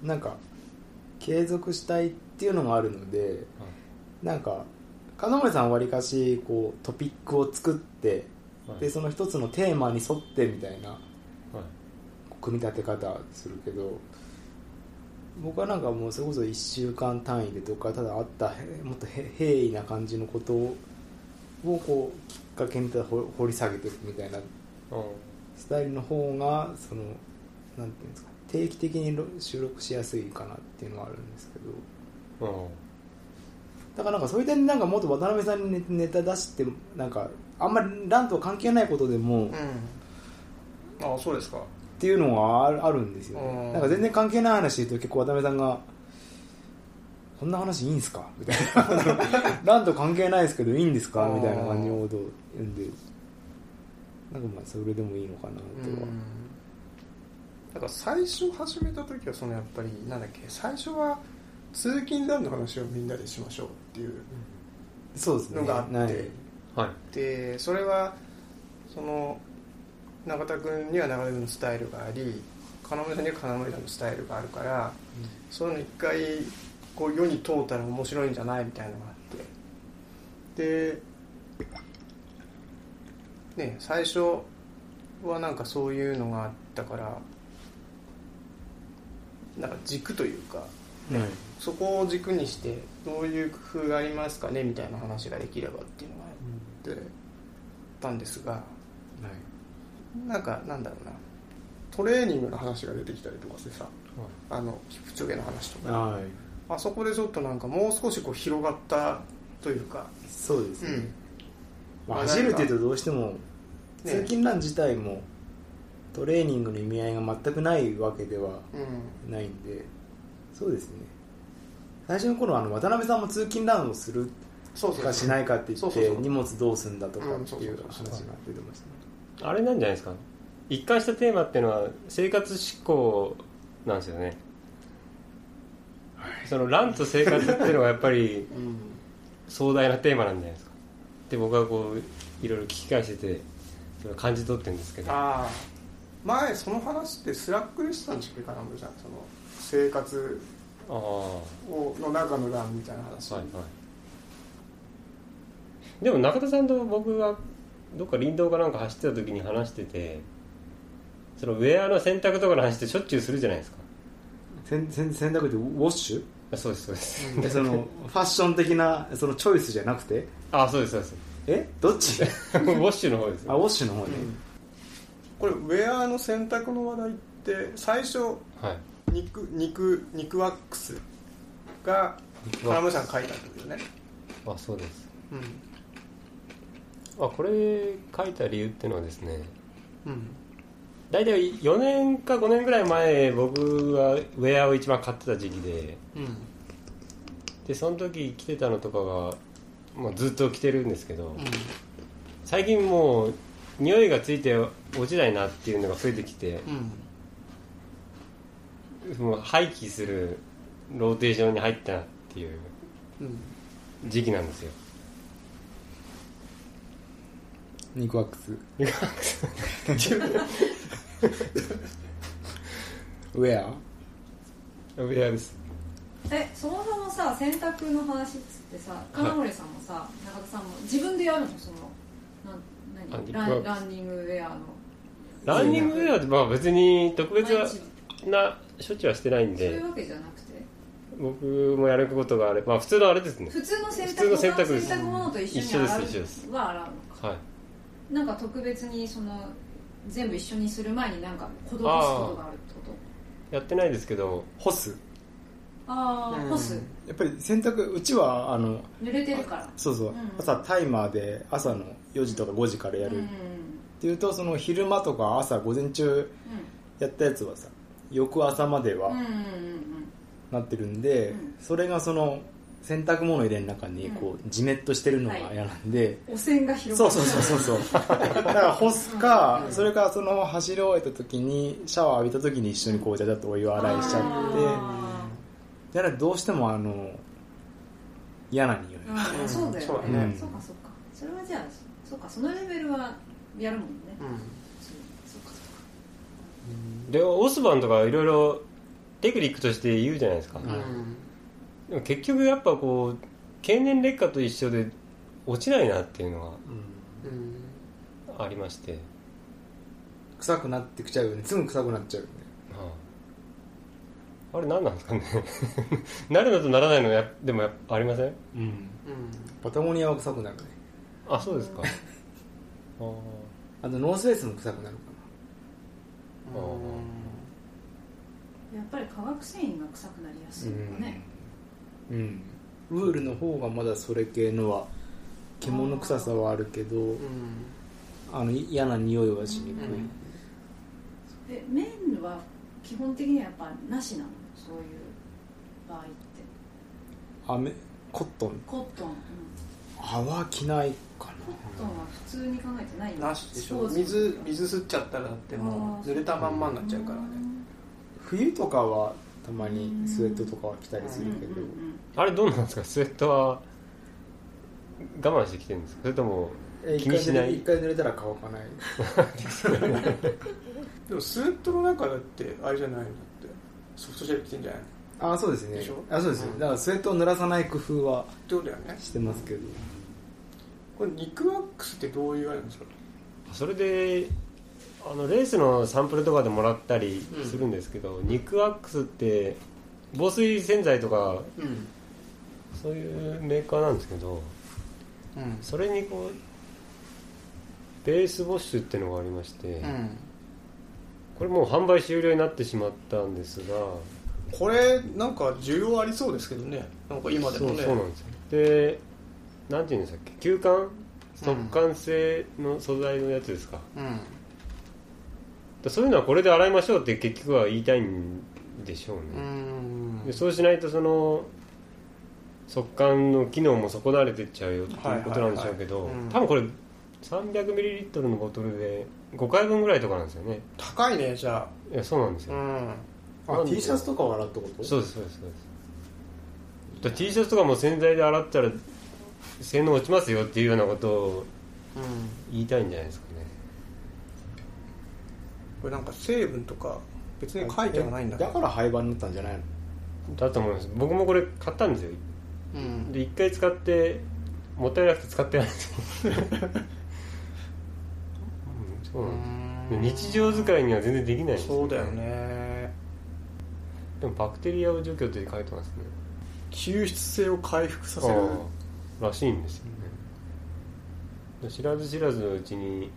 [SPEAKER 4] なんか継続したいっていうのもあるのでなんか金森さんはわりかしこうトピックを作って
[SPEAKER 3] はい
[SPEAKER 4] でその一つのテーマに沿ってみたいな
[SPEAKER 3] はい
[SPEAKER 4] 組み立て方するけど僕はなんかもうそれこそ1週間単位でとかただあったへもっとへ平易な感じのことをこうきっかけにただ掘掘り下げていくみたいな
[SPEAKER 3] あ
[SPEAKER 4] スタイルの方がそのなんていうんですか定期的にろ収録しやすいかなっていうのはあるんですけど
[SPEAKER 3] あ
[SPEAKER 4] だからなんかそういう点でなんかもっと渡辺さんにネネタ出してなんかあんまり乱とは関係ないことで
[SPEAKER 2] う
[SPEAKER 4] も、
[SPEAKER 2] んあそうですか
[SPEAKER 4] っていうのがあるあるんですよ
[SPEAKER 2] う
[SPEAKER 4] ね
[SPEAKER 2] ん
[SPEAKER 4] なんか全然関係ない話言うと結構渡辺さんが「こんな話いいんすか?」みたいな 「ランと関係ないですけどいいんですか?」みたいな感じのことを言うんでなんかまあそれでもいいのかなとは、
[SPEAKER 2] だから最初始めた時はそのやっぱりなんだっけ最初は通勤団の話をみんなでしましょうっていう
[SPEAKER 4] そうですね
[SPEAKER 2] のがあって、
[SPEAKER 4] はい
[SPEAKER 3] はい
[SPEAKER 2] でそれはその永田君には永田君のスタイルがあり金森さんには金森さんのスタイルがあるから、そういうの一回こう世に問うたら面白いんじゃないみたいなのがあってでね最初はなんかそういうのがあったからなんか軸というか
[SPEAKER 4] はい
[SPEAKER 2] そこを軸にしてどういう工夫がありますかねみたいな話ができればっていうのがあってたんですがなんかなんだろうなトレーニングの話が出てきたりとかしてさあのキプチョゲの話とか
[SPEAKER 4] はい、
[SPEAKER 2] あそこでちょっとなんかもう少しこう広がったというか、
[SPEAKER 4] そうです
[SPEAKER 2] う
[SPEAKER 4] ね、
[SPEAKER 2] ん、
[SPEAKER 4] まあ、走るっていうとどうしても
[SPEAKER 2] ね
[SPEAKER 4] 通勤ラン自体もトレーニングの意味合いが全くないわけでは
[SPEAKER 2] うん、
[SPEAKER 4] ないんでそうですね最初の頃はあの渡辺さんも通勤ランをする
[SPEAKER 2] そうそう
[SPEAKER 4] かしないかって言
[SPEAKER 2] そう
[SPEAKER 4] っ
[SPEAKER 2] そう
[SPEAKER 4] て
[SPEAKER 2] そう
[SPEAKER 4] 荷物どうすんだとかっていう
[SPEAKER 2] うんそうそう
[SPEAKER 4] 話が
[SPEAKER 2] そう
[SPEAKER 4] 出てましたね
[SPEAKER 3] あれなんじゃないですか一貫したテーマっていうのは生活志向なんですよね、そのランと生活っていうのはやっぱり
[SPEAKER 2] うん
[SPEAKER 3] 壮大なテーマなんじゃないですかで僕はこういろいろ聞き返しててそれを感じ取ってるんですけど
[SPEAKER 2] ああ前その話ってスラックでしたんじゃないかな森さんその生活
[SPEAKER 3] ああ
[SPEAKER 2] をの中の欄みたいな話、
[SPEAKER 3] はいはいでも中田さんと僕はどっか林道かなんか走ってた時に話しててそのウェアの洗濯とかの話ってしょっちゅうするじゃないですか
[SPEAKER 4] せんせん洗濯ってウォッシ ュ
[SPEAKER 3] あそうですそうです
[SPEAKER 4] でそのファッション的なそのチョイスじゃなくて
[SPEAKER 3] あそうですそうです
[SPEAKER 4] えどっ ち
[SPEAKER 3] ウォッシュの方です
[SPEAKER 4] あウォッシュの方ね、
[SPEAKER 2] これウェアの選択の話題って最初
[SPEAKER 3] はい
[SPEAKER 2] 肉肉肉ワックスが
[SPEAKER 3] 肉ワ
[SPEAKER 2] 金
[SPEAKER 3] ック
[SPEAKER 2] 村
[SPEAKER 3] ス
[SPEAKER 2] さんが書いたってことだよね、
[SPEAKER 3] あそうです
[SPEAKER 2] うん
[SPEAKER 3] あこれ書いた理由ってのはですね
[SPEAKER 2] うん、
[SPEAKER 3] 大体4年か5年ぐらい前僕はウェアを一番買ってた時期で
[SPEAKER 2] うん
[SPEAKER 3] でその時着てたのとかが、まあ、ずっと着てるんですけど、最近もう匂いがついて落ちないなっていうのが増えてきて
[SPEAKER 2] うん
[SPEAKER 3] もう廃棄するローテーションに入ったなっていう
[SPEAKER 2] うん
[SPEAKER 3] 時期なんですよ
[SPEAKER 4] 肉ワックス ウェア
[SPEAKER 3] ウェアです
[SPEAKER 5] えそもそもさ洗濯の話っつってさ金森さんもさ、中田さんも自分でやるのそのなん何
[SPEAKER 3] あ
[SPEAKER 5] ラン
[SPEAKER 3] 僕は
[SPEAKER 5] ランニングウェアの
[SPEAKER 3] ランニングウェアってまあ別に特別
[SPEAKER 5] 毎日
[SPEAKER 3] な処置はしてないん
[SPEAKER 5] そうい
[SPEAKER 3] で
[SPEAKER 5] うわけじゃなくて
[SPEAKER 3] 僕もやることがあれまあ普通のあれですね
[SPEAKER 5] 普通の洗濯
[SPEAKER 3] 普通の洗濯です
[SPEAKER 5] 洗濯物と一緒に洗う
[SPEAKER 3] 一緒です
[SPEAKER 5] は洗うのか
[SPEAKER 3] はい
[SPEAKER 5] なんか特別にその全部一緒にする前になんか施すことがあるってこと
[SPEAKER 3] やってないですけど
[SPEAKER 4] 干す
[SPEAKER 5] ああ干す
[SPEAKER 4] やっぱり洗濯うちはあの
[SPEAKER 5] 濡れてるから
[SPEAKER 4] そうそう、
[SPEAKER 5] ん
[SPEAKER 4] 朝タイマーで朝の4時とか5時からやる、
[SPEAKER 5] うんう
[SPEAKER 4] っ
[SPEAKER 5] ん
[SPEAKER 4] ていうとその昼間とか朝午前中やったやつはさ翌朝までは
[SPEAKER 5] うんうんうん
[SPEAKER 4] なってるんで、
[SPEAKER 5] うん
[SPEAKER 4] それがその洗濯物入れる中にこうじめっとしてるのが嫌なんで、
[SPEAKER 5] うん汚染が広
[SPEAKER 4] そ
[SPEAKER 5] が
[SPEAKER 4] うそうそうそうそう だから干すか、それからその走り終えた時にシャワー浴びた時に一緒にこうじゃじゃっとお湯を洗いしちゃ
[SPEAKER 5] あ
[SPEAKER 4] ってだからどうしてもあの嫌な匂い、
[SPEAKER 5] ーうんそうだ
[SPEAKER 2] そう
[SPEAKER 5] よ
[SPEAKER 2] だ
[SPEAKER 5] ね
[SPEAKER 4] ね
[SPEAKER 5] そうかそうかそれはじゃあそうかそのレベルはやるもんね
[SPEAKER 2] うん
[SPEAKER 5] そうそうかそうか
[SPEAKER 3] でオスバンとかいろいろテクニックとして言うじゃないですか、
[SPEAKER 2] うん
[SPEAKER 3] でも結局やっぱこう経年劣化と一緒で落ちないなっていうの
[SPEAKER 2] うん
[SPEAKER 3] がありまして、
[SPEAKER 4] 臭くなってきちゃうよねすぐ臭くなっちゃうよね
[SPEAKER 3] はいあれ何なんですかね なるのとならないのやでもやっぱありません
[SPEAKER 4] うん
[SPEAKER 2] うん
[SPEAKER 4] パタゴニアは臭くなるね
[SPEAKER 3] あそうですか、
[SPEAKER 5] うん
[SPEAKER 3] あ
[SPEAKER 4] あとノースフェイスも臭くなるか
[SPEAKER 5] やっぱり化学繊維が臭くなりやすいのかね
[SPEAKER 4] なうんウールの方がまだそれ系のは獣臭さはあるけど
[SPEAKER 2] うん
[SPEAKER 4] あの嫌な匂いはしにくい、
[SPEAKER 2] うん
[SPEAKER 5] で麺は基本的にはやっぱなしなのそういう場合って
[SPEAKER 4] あめコットン
[SPEAKER 5] コットン、うん
[SPEAKER 4] あは着ないか
[SPEAKER 5] コットンは普通に考えてない
[SPEAKER 2] なしでしょ
[SPEAKER 5] スポーツ
[SPEAKER 2] 水水吸っちゃったらだってもう濡れたまんまになっちゃうからね
[SPEAKER 4] な冬とかはたまにスウェットとかは着たりす
[SPEAKER 5] うん
[SPEAKER 4] る
[SPEAKER 5] うん
[SPEAKER 4] けど、
[SPEAKER 5] うん
[SPEAKER 3] ーあれどうなんですかスウェットは我慢してきてるんですかそれとも
[SPEAKER 4] え
[SPEAKER 3] 気にしない
[SPEAKER 4] 一回濡れ一回濡れたら乾かない
[SPEAKER 2] でもスウェットの中だってあれじゃないんだってソフトシェル着てんじゃないのっ
[SPEAKER 4] あそうですね
[SPEAKER 2] でしょ
[SPEAKER 4] あそうですよ、
[SPEAKER 2] うん
[SPEAKER 4] だからスウェットを濡らさない工夫は
[SPEAKER 2] てことだよね
[SPEAKER 4] してますけど、
[SPEAKER 2] これ肉ワックスってどういうあれなんですか
[SPEAKER 3] それであのレースのサンプルとかでもらったりするんですけど、肉ワックスって防水洗剤とか
[SPEAKER 2] うん
[SPEAKER 3] そういうメーカーなんですけど
[SPEAKER 2] うん
[SPEAKER 3] それにこうベースウォッシュっていうのがありまして、
[SPEAKER 2] うん
[SPEAKER 3] これもう販売終了になってしまったんですが
[SPEAKER 2] これなんか需要ありそうですけどねなんか今でも
[SPEAKER 3] そう
[SPEAKER 2] ね
[SPEAKER 3] そうなんですよでなんていうんでしたっけ吸汗速乾性の素材のやつですか、
[SPEAKER 2] うん
[SPEAKER 3] でそういうのはこれで洗いましょうって結局は言いたいんでしょうね、
[SPEAKER 2] うん
[SPEAKER 3] でそうしないとその速乾の機能も損なわれてっちゃうよっていうことなんでしょうけど、
[SPEAKER 2] はいはいはいうん
[SPEAKER 3] 多分これ 300ml のボトルで5回分ぐらいとかなんですよね
[SPEAKER 2] 高いねじゃ
[SPEAKER 3] いやそうなんです
[SPEAKER 2] あう
[SPEAKER 3] よ、
[SPEAKER 2] ん
[SPEAKER 3] な
[SPEAKER 4] あ
[SPEAKER 3] んで
[SPEAKER 4] T シャツとかを洗うってこと
[SPEAKER 3] そうですそうですそうですだから T シャツとかも洗剤で洗ったら性能落ちますよっていうようなことを
[SPEAKER 2] うん
[SPEAKER 3] 言いたいんじゃないですかね
[SPEAKER 2] これなんか成分とか別に書いてはないんだけ
[SPEAKER 4] だ
[SPEAKER 2] ど
[SPEAKER 4] から廃盤になったんじゃないの
[SPEAKER 3] だと思います僕もこれ買ったんですよ
[SPEAKER 2] うん
[SPEAKER 3] で1回使ってもったいなくて使ってないんですよそうなん
[SPEAKER 2] う
[SPEAKER 3] だ
[SPEAKER 2] ん
[SPEAKER 3] 日常使いには全然できないんです
[SPEAKER 2] そうだよね
[SPEAKER 3] でもバクテリアを除去って書いてますね
[SPEAKER 2] 吸湿性を回復させる
[SPEAKER 3] ああらしいんですよね知らず知らずのうちに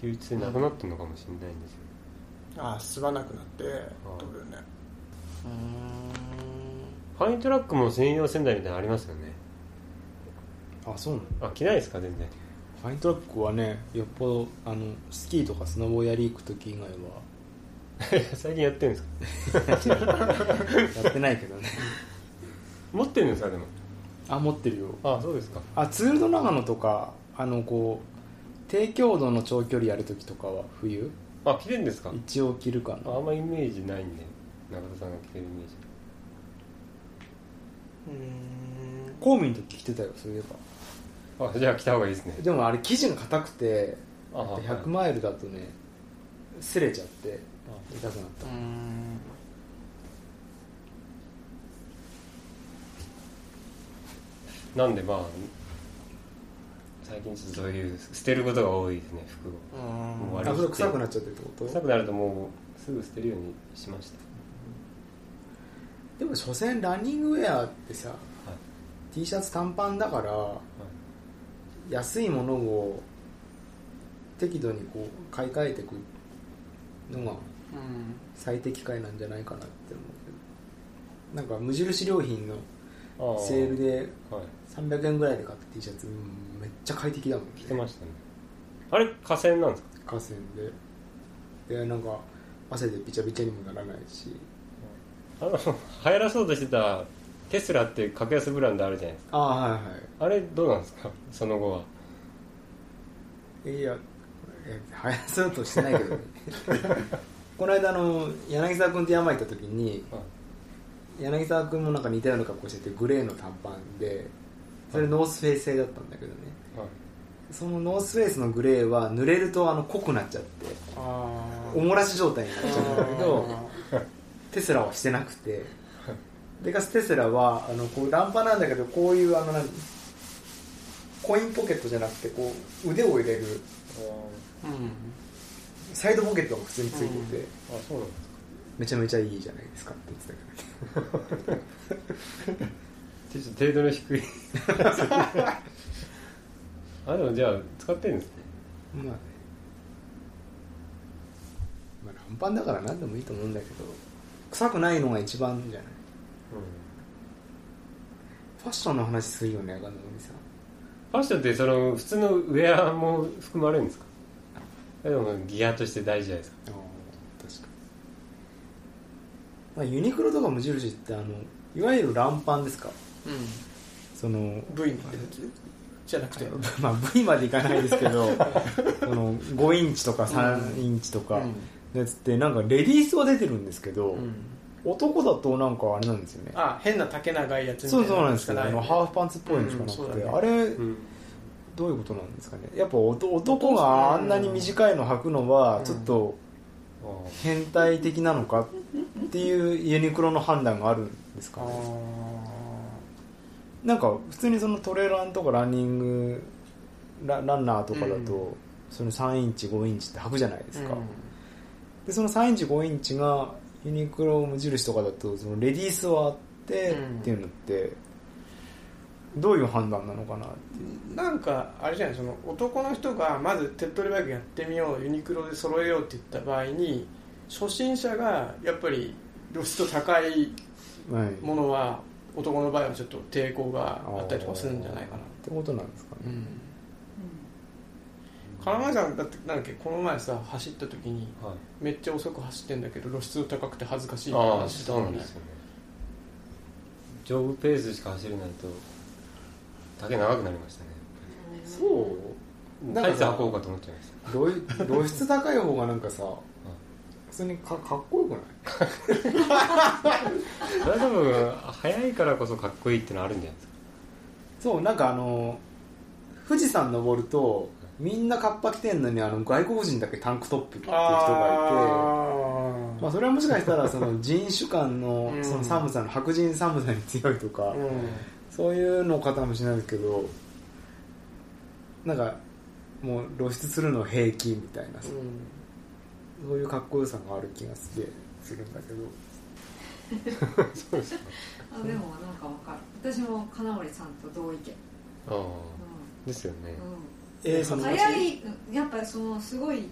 [SPEAKER 3] 吸湿性なくなってるのかもしれないんですよ、
[SPEAKER 2] ああ吸わなくなって
[SPEAKER 3] あ
[SPEAKER 2] 飛ぶよね
[SPEAKER 3] ファイントラックも専用洗剤みたいなのありますよね
[SPEAKER 4] あそうなの
[SPEAKER 3] あ着ないですか全然
[SPEAKER 4] ファイントラックはねよっぽどあのスキーとかスノボやり行く時以外は
[SPEAKER 3] 最近やってるんですか
[SPEAKER 4] やってないけどね
[SPEAKER 3] 持ってるんですかでも
[SPEAKER 4] あ持ってるよ
[SPEAKER 3] あそうですか
[SPEAKER 4] あツールド長野とかあのこう低強度の長距離やるときとかは冬
[SPEAKER 3] あ着てるんですか
[SPEAKER 4] 一応着るか
[SPEAKER 3] ああ
[SPEAKER 4] なん
[SPEAKER 3] まイメージないんで中田さんが着てるイメージ
[SPEAKER 2] うーん
[SPEAKER 4] 公務員の時着てたよそういえば
[SPEAKER 3] あじゃあ着た方がいいですね
[SPEAKER 4] でもあれ生地が硬くて
[SPEAKER 3] あはい
[SPEAKER 4] 100マイルだとね擦れちゃって痛くなっ
[SPEAKER 2] う
[SPEAKER 4] た
[SPEAKER 2] ーん
[SPEAKER 3] なんでまあ最近ちょっとそういう捨てることが多いですね服を
[SPEAKER 2] うーん
[SPEAKER 3] もうあれ
[SPEAKER 4] あそれ臭くなっちゃってるってこ
[SPEAKER 3] 臭
[SPEAKER 4] と
[SPEAKER 3] くなるともうすぐ捨てるようにしました
[SPEAKER 4] でも所詮ランニングウェアってさ、
[SPEAKER 3] は
[SPEAKER 4] T シャツ短パンだから、安いものを適度にこう買い替えていくのが
[SPEAKER 2] うん
[SPEAKER 4] 最適解なんじゃないかなって思うけどなんか無印良品の
[SPEAKER 3] あ
[SPEAKER 4] セールで
[SPEAKER 3] はい
[SPEAKER 4] 300円ぐらいで買った T シャツうんめっちゃ快適だもん
[SPEAKER 3] 着て
[SPEAKER 4] ね
[SPEAKER 3] ましたねあれ河川なんですか
[SPEAKER 4] 河川ででなんか汗でびちゃびちゃにもならないし
[SPEAKER 3] あの 流行らそうとしてたテスラって格安ブランドあるじゃないですか
[SPEAKER 4] ああはいはい
[SPEAKER 3] あれどうなんですかその後はい
[SPEAKER 4] や、え流行らせようとしてないけどね この間あの柳沢君と山行った時に
[SPEAKER 3] はい
[SPEAKER 4] 柳沢君もなんか似たような格好しててグレーの短パンでそれノースフェイス製だったんだけどね
[SPEAKER 3] はい
[SPEAKER 4] そのノースフェイスのグレーは濡れるとあの濃くなっちゃって
[SPEAKER 2] ああ
[SPEAKER 4] おもらし状態になっちゃうんだけど
[SPEAKER 2] あ
[SPEAKER 4] テスラはしてなくてでかつテスラはあのこうランパなんだけどこういうあの何コインポケットじゃなくてこう腕を入れる
[SPEAKER 2] ーうん
[SPEAKER 4] サイドポケットが普通についてて、
[SPEAKER 3] あそうなんですか
[SPEAKER 4] めちゃめちゃいいじゃないですかって言ってたけど
[SPEAKER 3] ちょっと程度 の低い あでもじゃあ使ってるんですね
[SPEAKER 4] まあねまあランパンだから何でもいいと思うんだけど臭くないのが一番じゃないファッションの話するよね赤野組さん
[SPEAKER 3] ファッションってその普通のウェアも含まれるんですかでもギアとして大事じゃないですか
[SPEAKER 4] ああ確かに、まあ、ユニクロとか無印ってあのいわゆるランパンですか
[SPEAKER 2] う
[SPEAKER 4] その
[SPEAKER 2] ん V までじゃなくて
[SPEAKER 4] まあ V までいかないですけどその5インチとか3インチとかのやつってなんかレディースは出てるんですけど、
[SPEAKER 2] うん
[SPEAKER 4] 男だとなんかあれなんですよね
[SPEAKER 2] あ変な丈長いやつみたい
[SPEAKER 4] そうそうなんですけど、
[SPEAKER 2] や
[SPEAKER 4] あ
[SPEAKER 2] つ
[SPEAKER 4] の
[SPEAKER 2] が
[SPEAKER 4] ハーフパンツっぽいのしかな
[SPEAKER 2] うん
[SPEAKER 4] く
[SPEAKER 2] そう
[SPEAKER 4] て、
[SPEAKER 2] だね
[SPEAKER 4] あれ
[SPEAKER 3] うん
[SPEAKER 4] どういうことなんですかねやっぱ男男があんなに短いの履くのは
[SPEAKER 2] うん
[SPEAKER 4] ちょっと
[SPEAKER 3] あー
[SPEAKER 4] 変態的なのかっていうユニクロの判断があるんですか
[SPEAKER 2] あ
[SPEAKER 4] ね
[SPEAKER 2] ー
[SPEAKER 4] なんか普通にそのトレランとかランニングラランナーとかだと、
[SPEAKER 2] うん
[SPEAKER 4] その3インチ5インチって履くじゃないですか、
[SPEAKER 2] うん
[SPEAKER 4] でその3インチ5インチがユニクロ無印とかだとそのレディースはあって
[SPEAKER 2] うん
[SPEAKER 4] っていうのってどういう判断なのかなっていう
[SPEAKER 2] なんかあれじゃないその男の人がまず手っ取り早くやってみようユニクロで揃えようって言った場合に初心者がやっぱり露出度高い
[SPEAKER 4] はい、っ
[SPEAKER 2] ものは男の場合はちょっと抵抗があったりとかするんじゃないかな
[SPEAKER 4] てことなんですかね
[SPEAKER 2] うん金前さんだってなんだっけこの前さ走った時に
[SPEAKER 3] はい
[SPEAKER 2] めっちゃ遅く走ってんだけど露出度高くて恥ずかしいって
[SPEAKER 3] ああ
[SPEAKER 2] 話してた
[SPEAKER 3] そう
[SPEAKER 2] も
[SPEAKER 3] なんん
[SPEAKER 2] ね
[SPEAKER 3] ですよねジョグペースしか走れないと丈長くなりましたね
[SPEAKER 4] そう
[SPEAKER 3] タイツ
[SPEAKER 4] さ
[SPEAKER 3] 履こうかと思っちゃいまし
[SPEAKER 4] 露 露出高い方がなんかさ普通にかかっこよくない
[SPEAKER 3] たそれは多分早いからこそかっこいいってのあるんじゃないですか
[SPEAKER 4] そうなんかあの富士山登るとみんなカッパ着てんのにあの外国人だけタンクトップ着てる人がいて
[SPEAKER 2] あ
[SPEAKER 4] まあ、それはもしかしたらその人種間の
[SPEAKER 2] うん
[SPEAKER 4] その寒さの白人寒さに強いとか、
[SPEAKER 2] あうん
[SPEAKER 4] そういうのかもしれないですけどなんかもう露出するの平気みたいなさ、
[SPEAKER 2] うん
[SPEAKER 4] そういうかっこよさがある気がしてするんだけど
[SPEAKER 5] あでもなんかわかる私も金森さんと同意見、
[SPEAKER 3] ああですよね
[SPEAKER 5] うんうん
[SPEAKER 2] えーそ
[SPEAKER 5] 早
[SPEAKER 2] の
[SPEAKER 5] いやっぱりそのすごい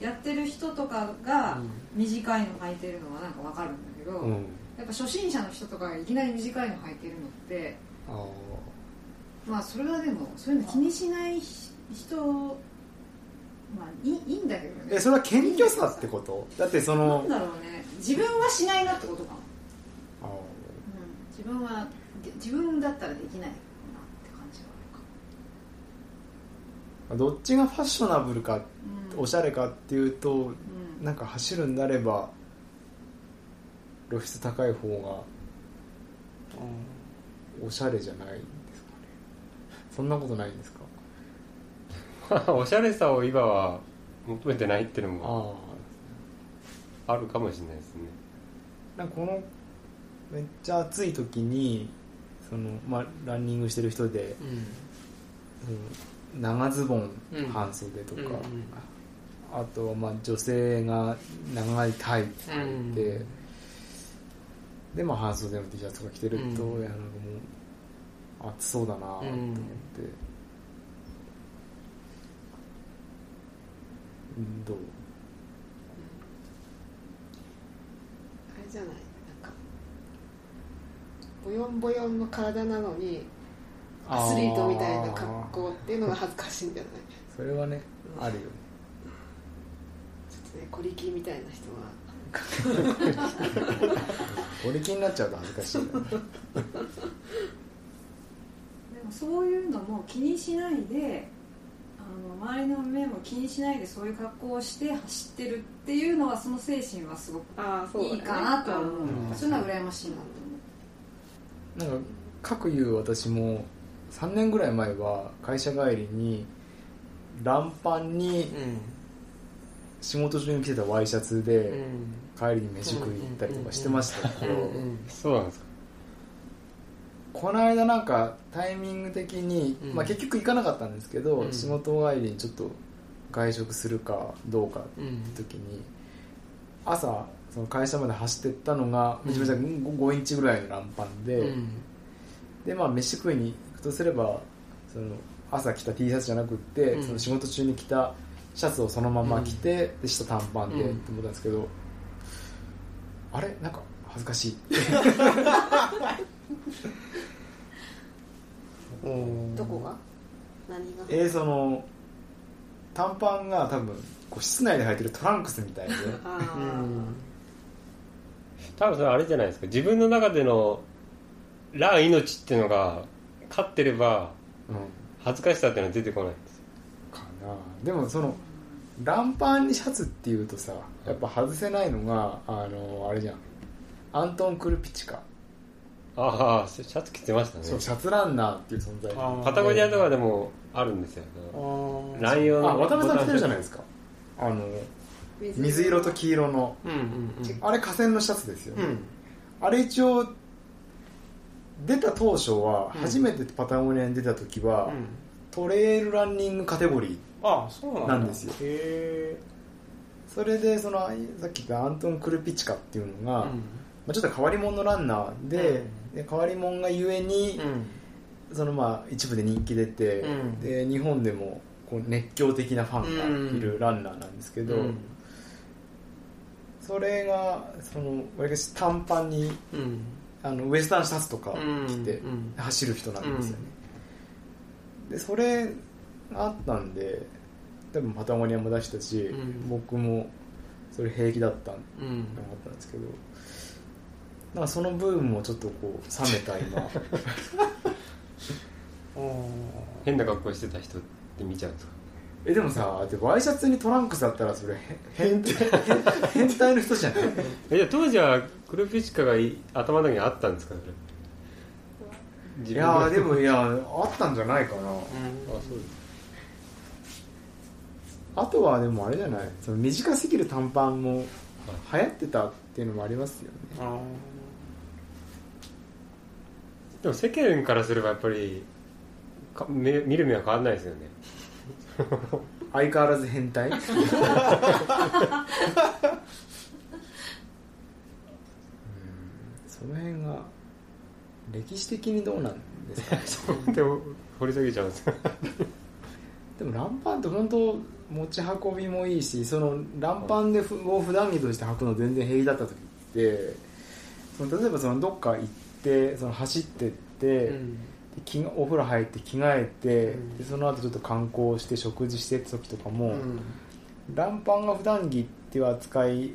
[SPEAKER 5] やってる人とかが短いの履いてるのはなんかわかるんだけど、
[SPEAKER 4] うん
[SPEAKER 5] やっぱ初心者の人とかがいきなり短いの履いてるのって
[SPEAKER 4] ああ
[SPEAKER 5] まあそれはでもそういうの気にしない人まあいいいいんだけどね
[SPEAKER 4] えそれは謙虚さってことだってそ
[SPEAKER 5] な
[SPEAKER 4] の
[SPEAKER 5] んだろうね自分はしないなってことかも、
[SPEAKER 4] あ
[SPEAKER 5] うん、自分はで自分だったらできないなって感じはあるか
[SPEAKER 4] あどっちがファッショナブルか
[SPEAKER 5] うん
[SPEAKER 4] おしゃれかっていうと
[SPEAKER 5] うん
[SPEAKER 4] なんか走るんであれば露出高い方がおしゃれじゃないんですかねそんなことないんですか
[SPEAKER 3] おしゃれさを今は求めてないっていうのも
[SPEAKER 4] あ
[SPEAKER 3] あるかもしれないですね
[SPEAKER 4] あなんかこのめっちゃ暑い時にその、まあ、ランニングしてる人で
[SPEAKER 2] うん
[SPEAKER 4] その長ズボン
[SPEAKER 2] うん
[SPEAKER 4] 半袖とか、
[SPEAKER 2] うんうん
[SPEAKER 4] あとはまあ女性が長いタイツ履いて、
[SPEAKER 2] うん
[SPEAKER 4] でまあ半袖の T シャツとか着てると、
[SPEAKER 2] うん
[SPEAKER 4] いやなんかもう暑そうだなと思っ
[SPEAKER 2] う
[SPEAKER 4] て、
[SPEAKER 2] ん
[SPEAKER 4] うんどう
[SPEAKER 6] あれじゃないなんかボヨンボヨンの体なのにアスリートみたいな格好っていうのが恥ずかしいんじゃない
[SPEAKER 4] それはねあるよね
[SPEAKER 6] ちょっとね小力みたいな人は
[SPEAKER 4] 俺気になっちゃうと恥ずかしいよね
[SPEAKER 5] でもそういうのも気にしないであの周りの目も気にしないでそういう格好をして走ってるっていうのはその精神はすごく
[SPEAKER 6] ああ
[SPEAKER 5] いいかなとは思う
[SPEAKER 4] うん
[SPEAKER 5] そういうのは羨ましいなと思
[SPEAKER 4] なんか各言う私も3年ぐらい前は会社帰りに乱パンに仕事中に着てたワイシャツ
[SPEAKER 2] うん
[SPEAKER 4] で帰りに飯食い行ったりとかしてましたけ
[SPEAKER 2] う
[SPEAKER 4] ど
[SPEAKER 2] ん
[SPEAKER 3] そうなんですか
[SPEAKER 4] この間なんかタイミング的に、
[SPEAKER 2] うん
[SPEAKER 4] まあ、結局行かなかったんですけど、
[SPEAKER 2] うん
[SPEAKER 4] 仕事帰りにちょっと外食するかどうかって
[SPEAKER 2] うん
[SPEAKER 4] 時に朝その会社まで走ってったのがめちゃめちゃ 5, インチぐらいの乱パンで、
[SPEAKER 2] うん
[SPEAKER 4] でまあ飯食いに行くとすればその朝着た T シャツじゃなくって、
[SPEAKER 2] うん
[SPEAKER 4] その仕事中に着たシャツをそのまま着て、で下短パンでって
[SPEAKER 2] う
[SPEAKER 4] 思
[SPEAKER 2] ん
[SPEAKER 4] ったんですけど、あれなんか恥ずかしい
[SPEAKER 2] うん
[SPEAKER 6] どこが何が
[SPEAKER 4] えー、その短パンが多分こう室内で履いてるトランクスみたいで
[SPEAKER 6] あ
[SPEAKER 2] う
[SPEAKER 6] あ
[SPEAKER 2] ん
[SPEAKER 3] 多分それあれじゃないですか自分の中でのラン命っていうのが勝ってれば
[SPEAKER 4] うん
[SPEAKER 3] 恥ずかしさっていうのは出てこないんです
[SPEAKER 4] かなでもそのランパンにシャツっていうとさやっぱ外せないのがあのあれじゃんアントン・クルピチカ、
[SPEAKER 3] ああシャツ着てましたね
[SPEAKER 4] そうシャツランナーっていう存在
[SPEAKER 2] あー
[SPEAKER 3] パタゴニアとかでもあるんですよ
[SPEAKER 2] あー
[SPEAKER 3] ライオン
[SPEAKER 4] あ渡辺さん着てるじゃないですすかあの水色と黄色の
[SPEAKER 2] うんうん
[SPEAKER 4] あれ河川のシャツですよ、
[SPEAKER 2] うんうん
[SPEAKER 4] あれ一応出た当初は
[SPEAKER 2] うん
[SPEAKER 4] 初めてパタゴニアに出た時は、
[SPEAKER 2] うん
[SPEAKER 4] トレイルランニングカテゴリー
[SPEAKER 2] あそうなんだ
[SPEAKER 4] なんですよ
[SPEAKER 2] へ
[SPEAKER 4] それでそのああいうさっき言ったアントン・クルピチカっていうの
[SPEAKER 2] え
[SPEAKER 4] が、まあ、ちょっと変わり者のランナーで,、で変わり者がゆえに、そのまあ一部で人気出て、
[SPEAKER 2] うん
[SPEAKER 4] で日本でもこう熱狂的なファンがいるランナーなんですけ
[SPEAKER 2] け
[SPEAKER 4] ど、それがその割かし短パンに
[SPEAKER 2] うん
[SPEAKER 4] あのウエスタンシャツとか着て
[SPEAKER 2] うんうん
[SPEAKER 4] 走る人なんですよね、でそれがあったんで多分パタゴニアも出したし、
[SPEAKER 2] うん
[SPEAKER 4] 僕もそれ平気だったん
[SPEAKER 2] うん
[SPEAKER 4] 思ったんですけどなんかそのブームもちょっとこう冷めた 今
[SPEAKER 2] あ
[SPEAKER 3] 変な格好してた人って見ちゃうんですか
[SPEAKER 4] えでもさでワイシャツにトランクスだったらそれへ 変態変態の人じゃない
[SPEAKER 3] えじゃあ当時はクルピチカがい頭の中にあったんですかそ
[SPEAKER 4] い
[SPEAKER 3] れ自分
[SPEAKER 4] やーでもいやあったんじゃないかな
[SPEAKER 3] あそうです
[SPEAKER 4] あとはでもあれじゃないその短すぎる短パンも流行ってたっていうのもありますよね
[SPEAKER 2] あ
[SPEAKER 3] でも 世間からすればやっぱりか目見る目は変わんないですよね
[SPEAKER 4] 相変わらず変態その辺が歴史的にどうなんですかね
[SPEAKER 3] でも掘り下げちゃうんですよ
[SPEAKER 4] でもランパンって本当持ち運びもいいしそのランパンでふを普段着として履くの全然平気だった時ってその例えばそのどっか行ってその走ってって、
[SPEAKER 2] うん
[SPEAKER 4] で着がお風呂入って着替えて、
[SPEAKER 2] うん
[SPEAKER 4] でその後ちょっと観光して食事してって時とかも、
[SPEAKER 2] うん
[SPEAKER 4] ランパンが普段着っていう扱い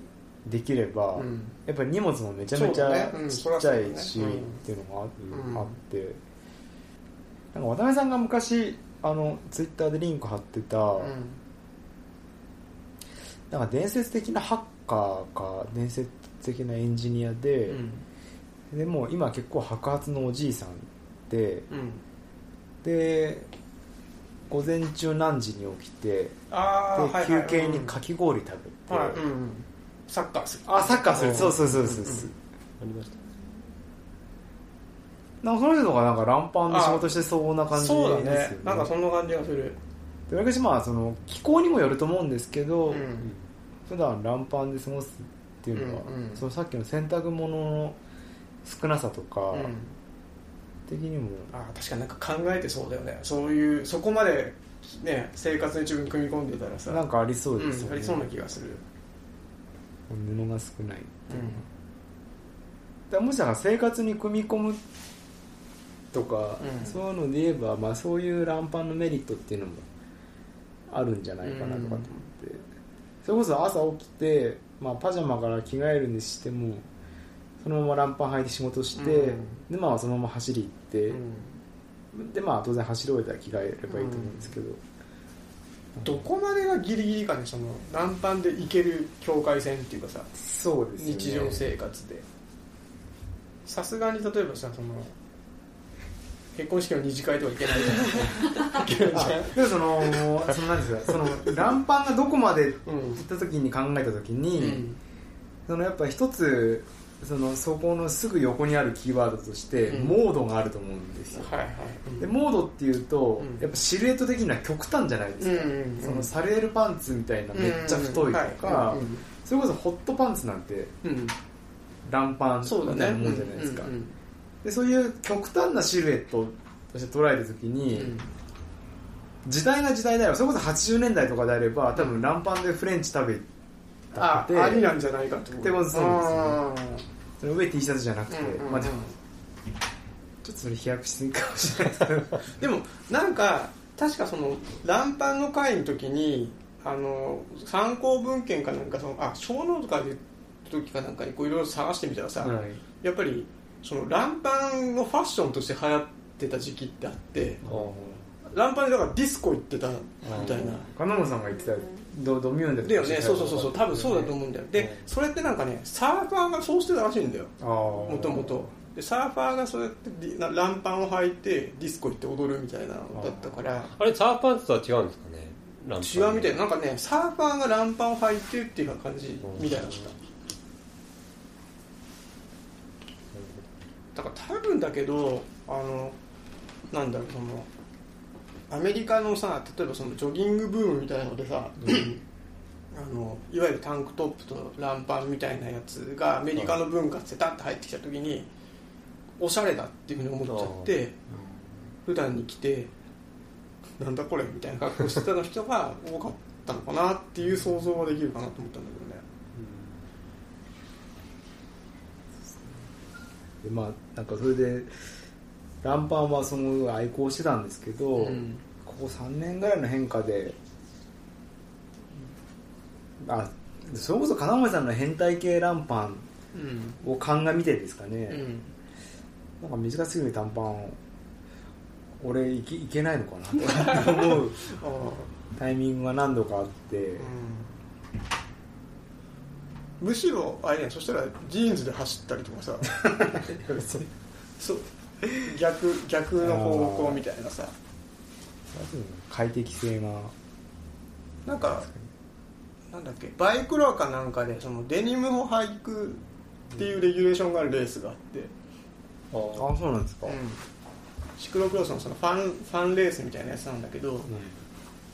[SPEAKER 4] できれば、
[SPEAKER 2] うん
[SPEAKER 4] やっぱり荷物もめちゃめち
[SPEAKER 2] そう
[SPEAKER 4] ゃ
[SPEAKER 2] だねうん
[SPEAKER 4] ちっちゃ
[SPEAKER 2] そり
[SPEAKER 4] いし、
[SPEAKER 2] ゃそうだねうん
[SPEAKER 4] っていうのがあ,、
[SPEAKER 2] うん
[SPEAKER 4] あってなんか渡辺さんが昔あのツイッターでリンク貼ってた、
[SPEAKER 2] う
[SPEAKER 4] なんか伝説的なハッカーか伝説的なエンジニアで、
[SPEAKER 2] ん
[SPEAKER 4] でもう今結構白髪のおじいさんで
[SPEAKER 2] うん
[SPEAKER 4] で午前中何時に起きて
[SPEAKER 2] ああ、
[SPEAKER 4] で、
[SPEAKER 2] はいはい
[SPEAKER 4] 休憩にかき氷食べて、
[SPEAKER 2] うんはいうん、サッカーする
[SPEAKER 4] あサッカーする
[SPEAKER 2] ん
[SPEAKER 4] そうそうそうそうそう、
[SPEAKER 3] ありました
[SPEAKER 4] なんかその人とかなんかランパンで仕事してそうな感じです
[SPEAKER 2] そ
[SPEAKER 4] よ
[SPEAKER 2] う
[SPEAKER 4] ね
[SPEAKER 2] だねなんかそんな感じがする、
[SPEAKER 4] で私まあその気候にもよると思うんですけど、
[SPEAKER 2] うん
[SPEAKER 4] 普段ランパンで過ごすっていうのは、
[SPEAKER 2] うんうん
[SPEAKER 4] そのさっきの洗濯物の少なさとか
[SPEAKER 2] うん、
[SPEAKER 4] 的にも、
[SPEAKER 2] あー確かになんか考えてそうだよねそういうそこまで、ね、生活に自分組み込んでたらさ
[SPEAKER 4] なんかありそう
[SPEAKER 2] う
[SPEAKER 4] です
[SPEAKER 2] ん、
[SPEAKER 4] よ
[SPEAKER 2] あ
[SPEAKER 4] ね、
[SPEAKER 2] りそうな気がする、
[SPEAKER 4] 布が少ない
[SPEAKER 2] うん
[SPEAKER 4] だからもしだから生活に組み込むとか、
[SPEAKER 2] うん
[SPEAKER 4] そういうので言えば、まあ、そういうランパンのメリットっていうのもあるんじゃないかなとかと思って、それこそ朝起きて、まあ、パジャマから着替えるにしてもそのままランパン履いて仕事して、
[SPEAKER 2] うん
[SPEAKER 4] でまあそのまま走り行って、
[SPEAKER 2] うん
[SPEAKER 4] でまあ当然走り終えたら着替えればいいと思うんですけど、
[SPEAKER 2] どこまでがギリギリかねそのランパンで行ける境界線っていうかさ
[SPEAKER 4] そうですよね
[SPEAKER 2] 日常生活でさすがに例えばさその結婚式の二次会とか行けないじゃんいけない
[SPEAKER 4] あ
[SPEAKER 2] じゃん
[SPEAKER 4] でもそのそのなんですかそのランパンがどこまで
[SPEAKER 2] うん
[SPEAKER 4] 行った時に考えた時に、
[SPEAKER 2] うん
[SPEAKER 4] そのやっぱ一つそのそこのすぐ横にあるキーワードとして、
[SPEAKER 2] うん
[SPEAKER 4] モードがあると思うんですよ、
[SPEAKER 2] はいはい
[SPEAKER 4] でモードっていうと、
[SPEAKER 2] うん
[SPEAKER 4] やっぱシルエット的には極端じゃないですか、
[SPEAKER 2] うん
[SPEAKER 4] そのサレールパンツみたいなめっちゃ太いとか、
[SPEAKER 2] うん
[SPEAKER 4] それこそホットパンツなんて
[SPEAKER 2] うんうん
[SPEAKER 4] ランパンみ
[SPEAKER 2] そうだ
[SPEAKER 4] たい
[SPEAKER 2] ね
[SPEAKER 4] なもんじゃないですか、
[SPEAKER 2] うんうん
[SPEAKER 4] でそういう極端なシルエットとして捉えた
[SPEAKER 2] う
[SPEAKER 4] 時に、
[SPEAKER 2] ん
[SPEAKER 4] 時代が時代であればそれこそ80年代とかであれば多分ランパンでフレンチ食べた
[SPEAKER 2] あ
[SPEAKER 4] くて
[SPEAKER 2] ありなんじゃないかってこと
[SPEAKER 4] ってことそうですね
[SPEAKER 2] あ
[SPEAKER 4] その上 T シャツじゃなくて、
[SPEAKER 2] ーうんうんうん
[SPEAKER 4] まあでもちょっとそれ飛躍しすぎかもしれないですけど
[SPEAKER 2] でもなんか確かそのランパンの会の時にあの参考文献かなんかそのあ小ノートかで時かなんかにこういろいろ探してみたらさ、
[SPEAKER 4] はい
[SPEAKER 2] やっぱりそのランパンのファッションとして流行ってた時期ってあってランパンでだからディスコ行ってたみたいな
[SPEAKER 4] 金本さんが言ってたドドミューンで
[SPEAKER 2] だよねそうそうそうそう多分そうだと思うんだよでそれってなんかねサーファーがそうしてたらしいんだよ
[SPEAKER 4] 思
[SPEAKER 2] もともとでサーファーがそうやってディなランパンを履いてディスコ行って踊るみたいなのだったから
[SPEAKER 3] あれサーパンツとは違うんですかねランパン
[SPEAKER 2] 違うみたいななんかねサーファーがランパンを履いてっていう感じみたいなのだっただから多分だけどあのなんだろうそのアメリカのさ例えばそのジョギングブームみたいなのでさ、 あのいわゆるタンクトップとランパンみたいなやつがアメリカの文化ってダッて入ってきた時におしゃれだっていうふうに思っちゃって普段に来てなんだこれみたいな格好してたの人が多かったのかなっていう想像はできるかなと思ったんだけどね
[SPEAKER 4] でまあなんかそれでランパンはその愛好してたんですけど、
[SPEAKER 2] ん
[SPEAKER 4] ここ3年ぐらいの変化であそれこそ金森さんの変態系ランパン
[SPEAKER 2] うん
[SPEAKER 4] を鑑みてですかね、
[SPEAKER 2] うん
[SPEAKER 4] なんか短すぎる短パンを俺いけいけないのかなと思う
[SPEAKER 2] ああ
[SPEAKER 4] タイミングが何度かあって、
[SPEAKER 2] うんむしろあれねそしたらジーンズで走ったりとかさ そう逆逆の方向みたいなさ
[SPEAKER 4] 快適性が
[SPEAKER 2] なんかなんだっけバイクロアかなんかでそのデニムを履くっていうレギュレーションがあるレースがあって、
[SPEAKER 3] あ
[SPEAKER 4] あ
[SPEAKER 3] ー
[SPEAKER 4] そうなんですか、
[SPEAKER 2] シクロクロスのそのファンファンレースみたいなやつなんだけど、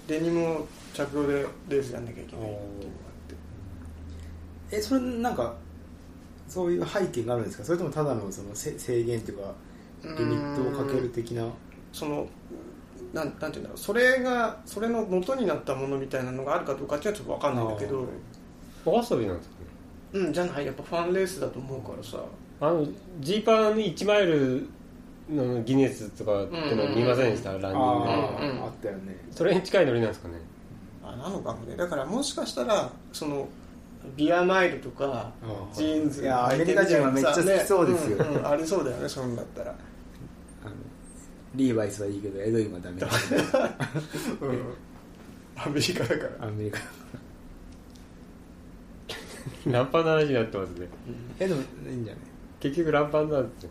[SPEAKER 2] デニムを着用でレースやんなきゃいけない
[SPEAKER 4] おー
[SPEAKER 2] とこがあって
[SPEAKER 4] えそれなんかそういう背景があるんですかそれともただのそのせ制限というかリミットをかける的な
[SPEAKER 2] そのなんなんていうんだろうそれがそれの元になったものみたいなのがあるかどうかっていうのはちょっと分かんないんだけど
[SPEAKER 3] お遊びなんですかね
[SPEAKER 2] うんじゃないやっぱファンレースだと思うからさ
[SPEAKER 3] あのジーパン1マイルのギネスとかってのは見ませんでした、ランニング
[SPEAKER 2] あ
[SPEAKER 3] で
[SPEAKER 4] あ
[SPEAKER 2] ーうん
[SPEAKER 4] ああったよね
[SPEAKER 3] それに近いノリなんですかね
[SPEAKER 2] あなのかもねだからもしかしたらそのビアマイルとか
[SPEAKER 4] あー
[SPEAKER 2] ジーンズ
[SPEAKER 4] いやー
[SPEAKER 2] 履てみたなさ
[SPEAKER 4] アメリカ人はめっちゃ好きそうですよ
[SPEAKER 2] ねうんうんありそうだよねそんだったら
[SPEAKER 4] あのリーバイスはいいけどエドインはダメだ
[SPEAKER 2] うんアメリカだから
[SPEAKER 4] アメリカ
[SPEAKER 3] ランパンの話になってますね
[SPEAKER 4] えでもいいんじゃない
[SPEAKER 3] 結局ランパンなんですよ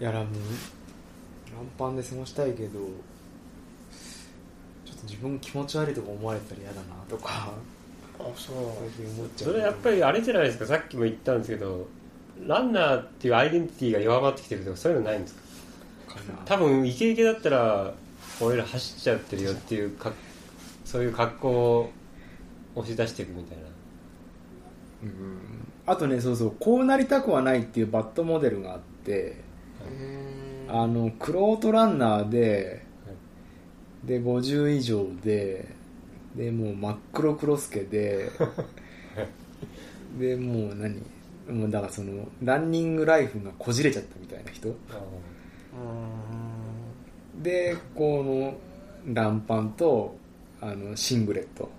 [SPEAKER 4] いやランランパンで過ごしたいけどちょっと自分気持ち悪いとか思われたら嫌だなとか
[SPEAKER 2] あそう
[SPEAKER 4] 最近思っちゃう
[SPEAKER 3] それやっぱりあれじゃないですかさっきも言ったんですけどランナーっていうアイデンティティが弱まってきてるとかそういうのないんです
[SPEAKER 4] か
[SPEAKER 3] か
[SPEAKER 4] な
[SPEAKER 3] 多分イケイケだったら俺ら走っちゃってるよっていうかそういう格好を押し出していくみたいな
[SPEAKER 4] うんあとねそうそうこうなりたくはないっていうバッドモデルがあって
[SPEAKER 2] うん
[SPEAKER 4] あのクロートランナーで
[SPEAKER 3] は
[SPEAKER 4] で50以上ででもう真っ黒クロスケ ででもう何もうだからそのランニングライフがこじれちゃったみたいな人
[SPEAKER 3] あ
[SPEAKER 2] う
[SPEAKER 4] でこのランパンとあのシングレット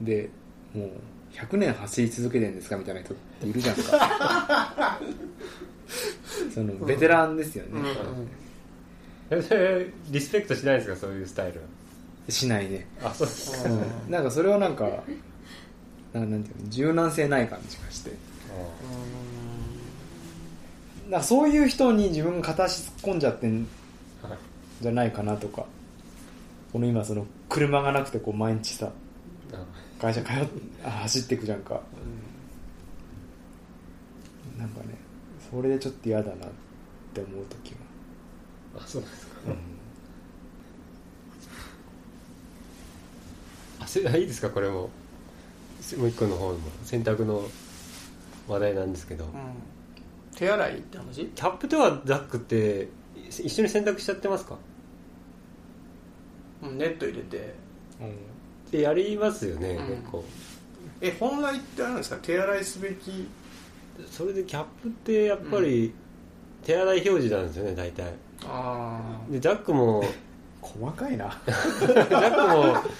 [SPEAKER 4] でもう100年走り続けてんですかみたいな人っているじゃんかそのベテランですよね、
[SPEAKER 2] ん
[SPEAKER 3] ーそれリスペクトしないんですかそういうスタイルは
[SPEAKER 4] しないね、
[SPEAKER 3] あそうです
[SPEAKER 2] う
[SPEAKER 3] か
[SPEAKER 2] ん
[SPEAKER 4] うん、なんかそれはなんかなんなんていうの柔軟性ない感じがしてなんかそういう人に自分が片足突っ込んじゃってん
[SPEAKER 3] あーはい
[SPEAKER 4] じゃないかなとかこの今その車がなくてこう毎日さ
[SPEAKER 3] あ
[SPEAKER 4] 会社通っ あ走っていくじゃんかなんかねそれでちょっと嫌だなって思う時が
[SPEAKER 3] あそうなんですかあせあいいですかこれもせもう一個の方の選択の話題なんですけど、
[SPEAKER 2] うん手洗いって話
[SPEAKER 3] キャップとはザックってい一緒に洗濯しちゃってますか
[SPEAKER 2] うんネット入れて
[SPEAKER 3] ってやりますよね、
[SPEAKER 2] うん
[SPEAKER 3] 結構
[SPEAKER 2] え本来ってあるんですか手洗いすべき
[SPEAKER 3] それでキャップってやっぱり手洗い表示なんですよね大体
[SPEAKER 2] あ
[SPEAKER 3] でザックも
[SPEAKER 4] 細かいな
[SPEAKER 3] ザックも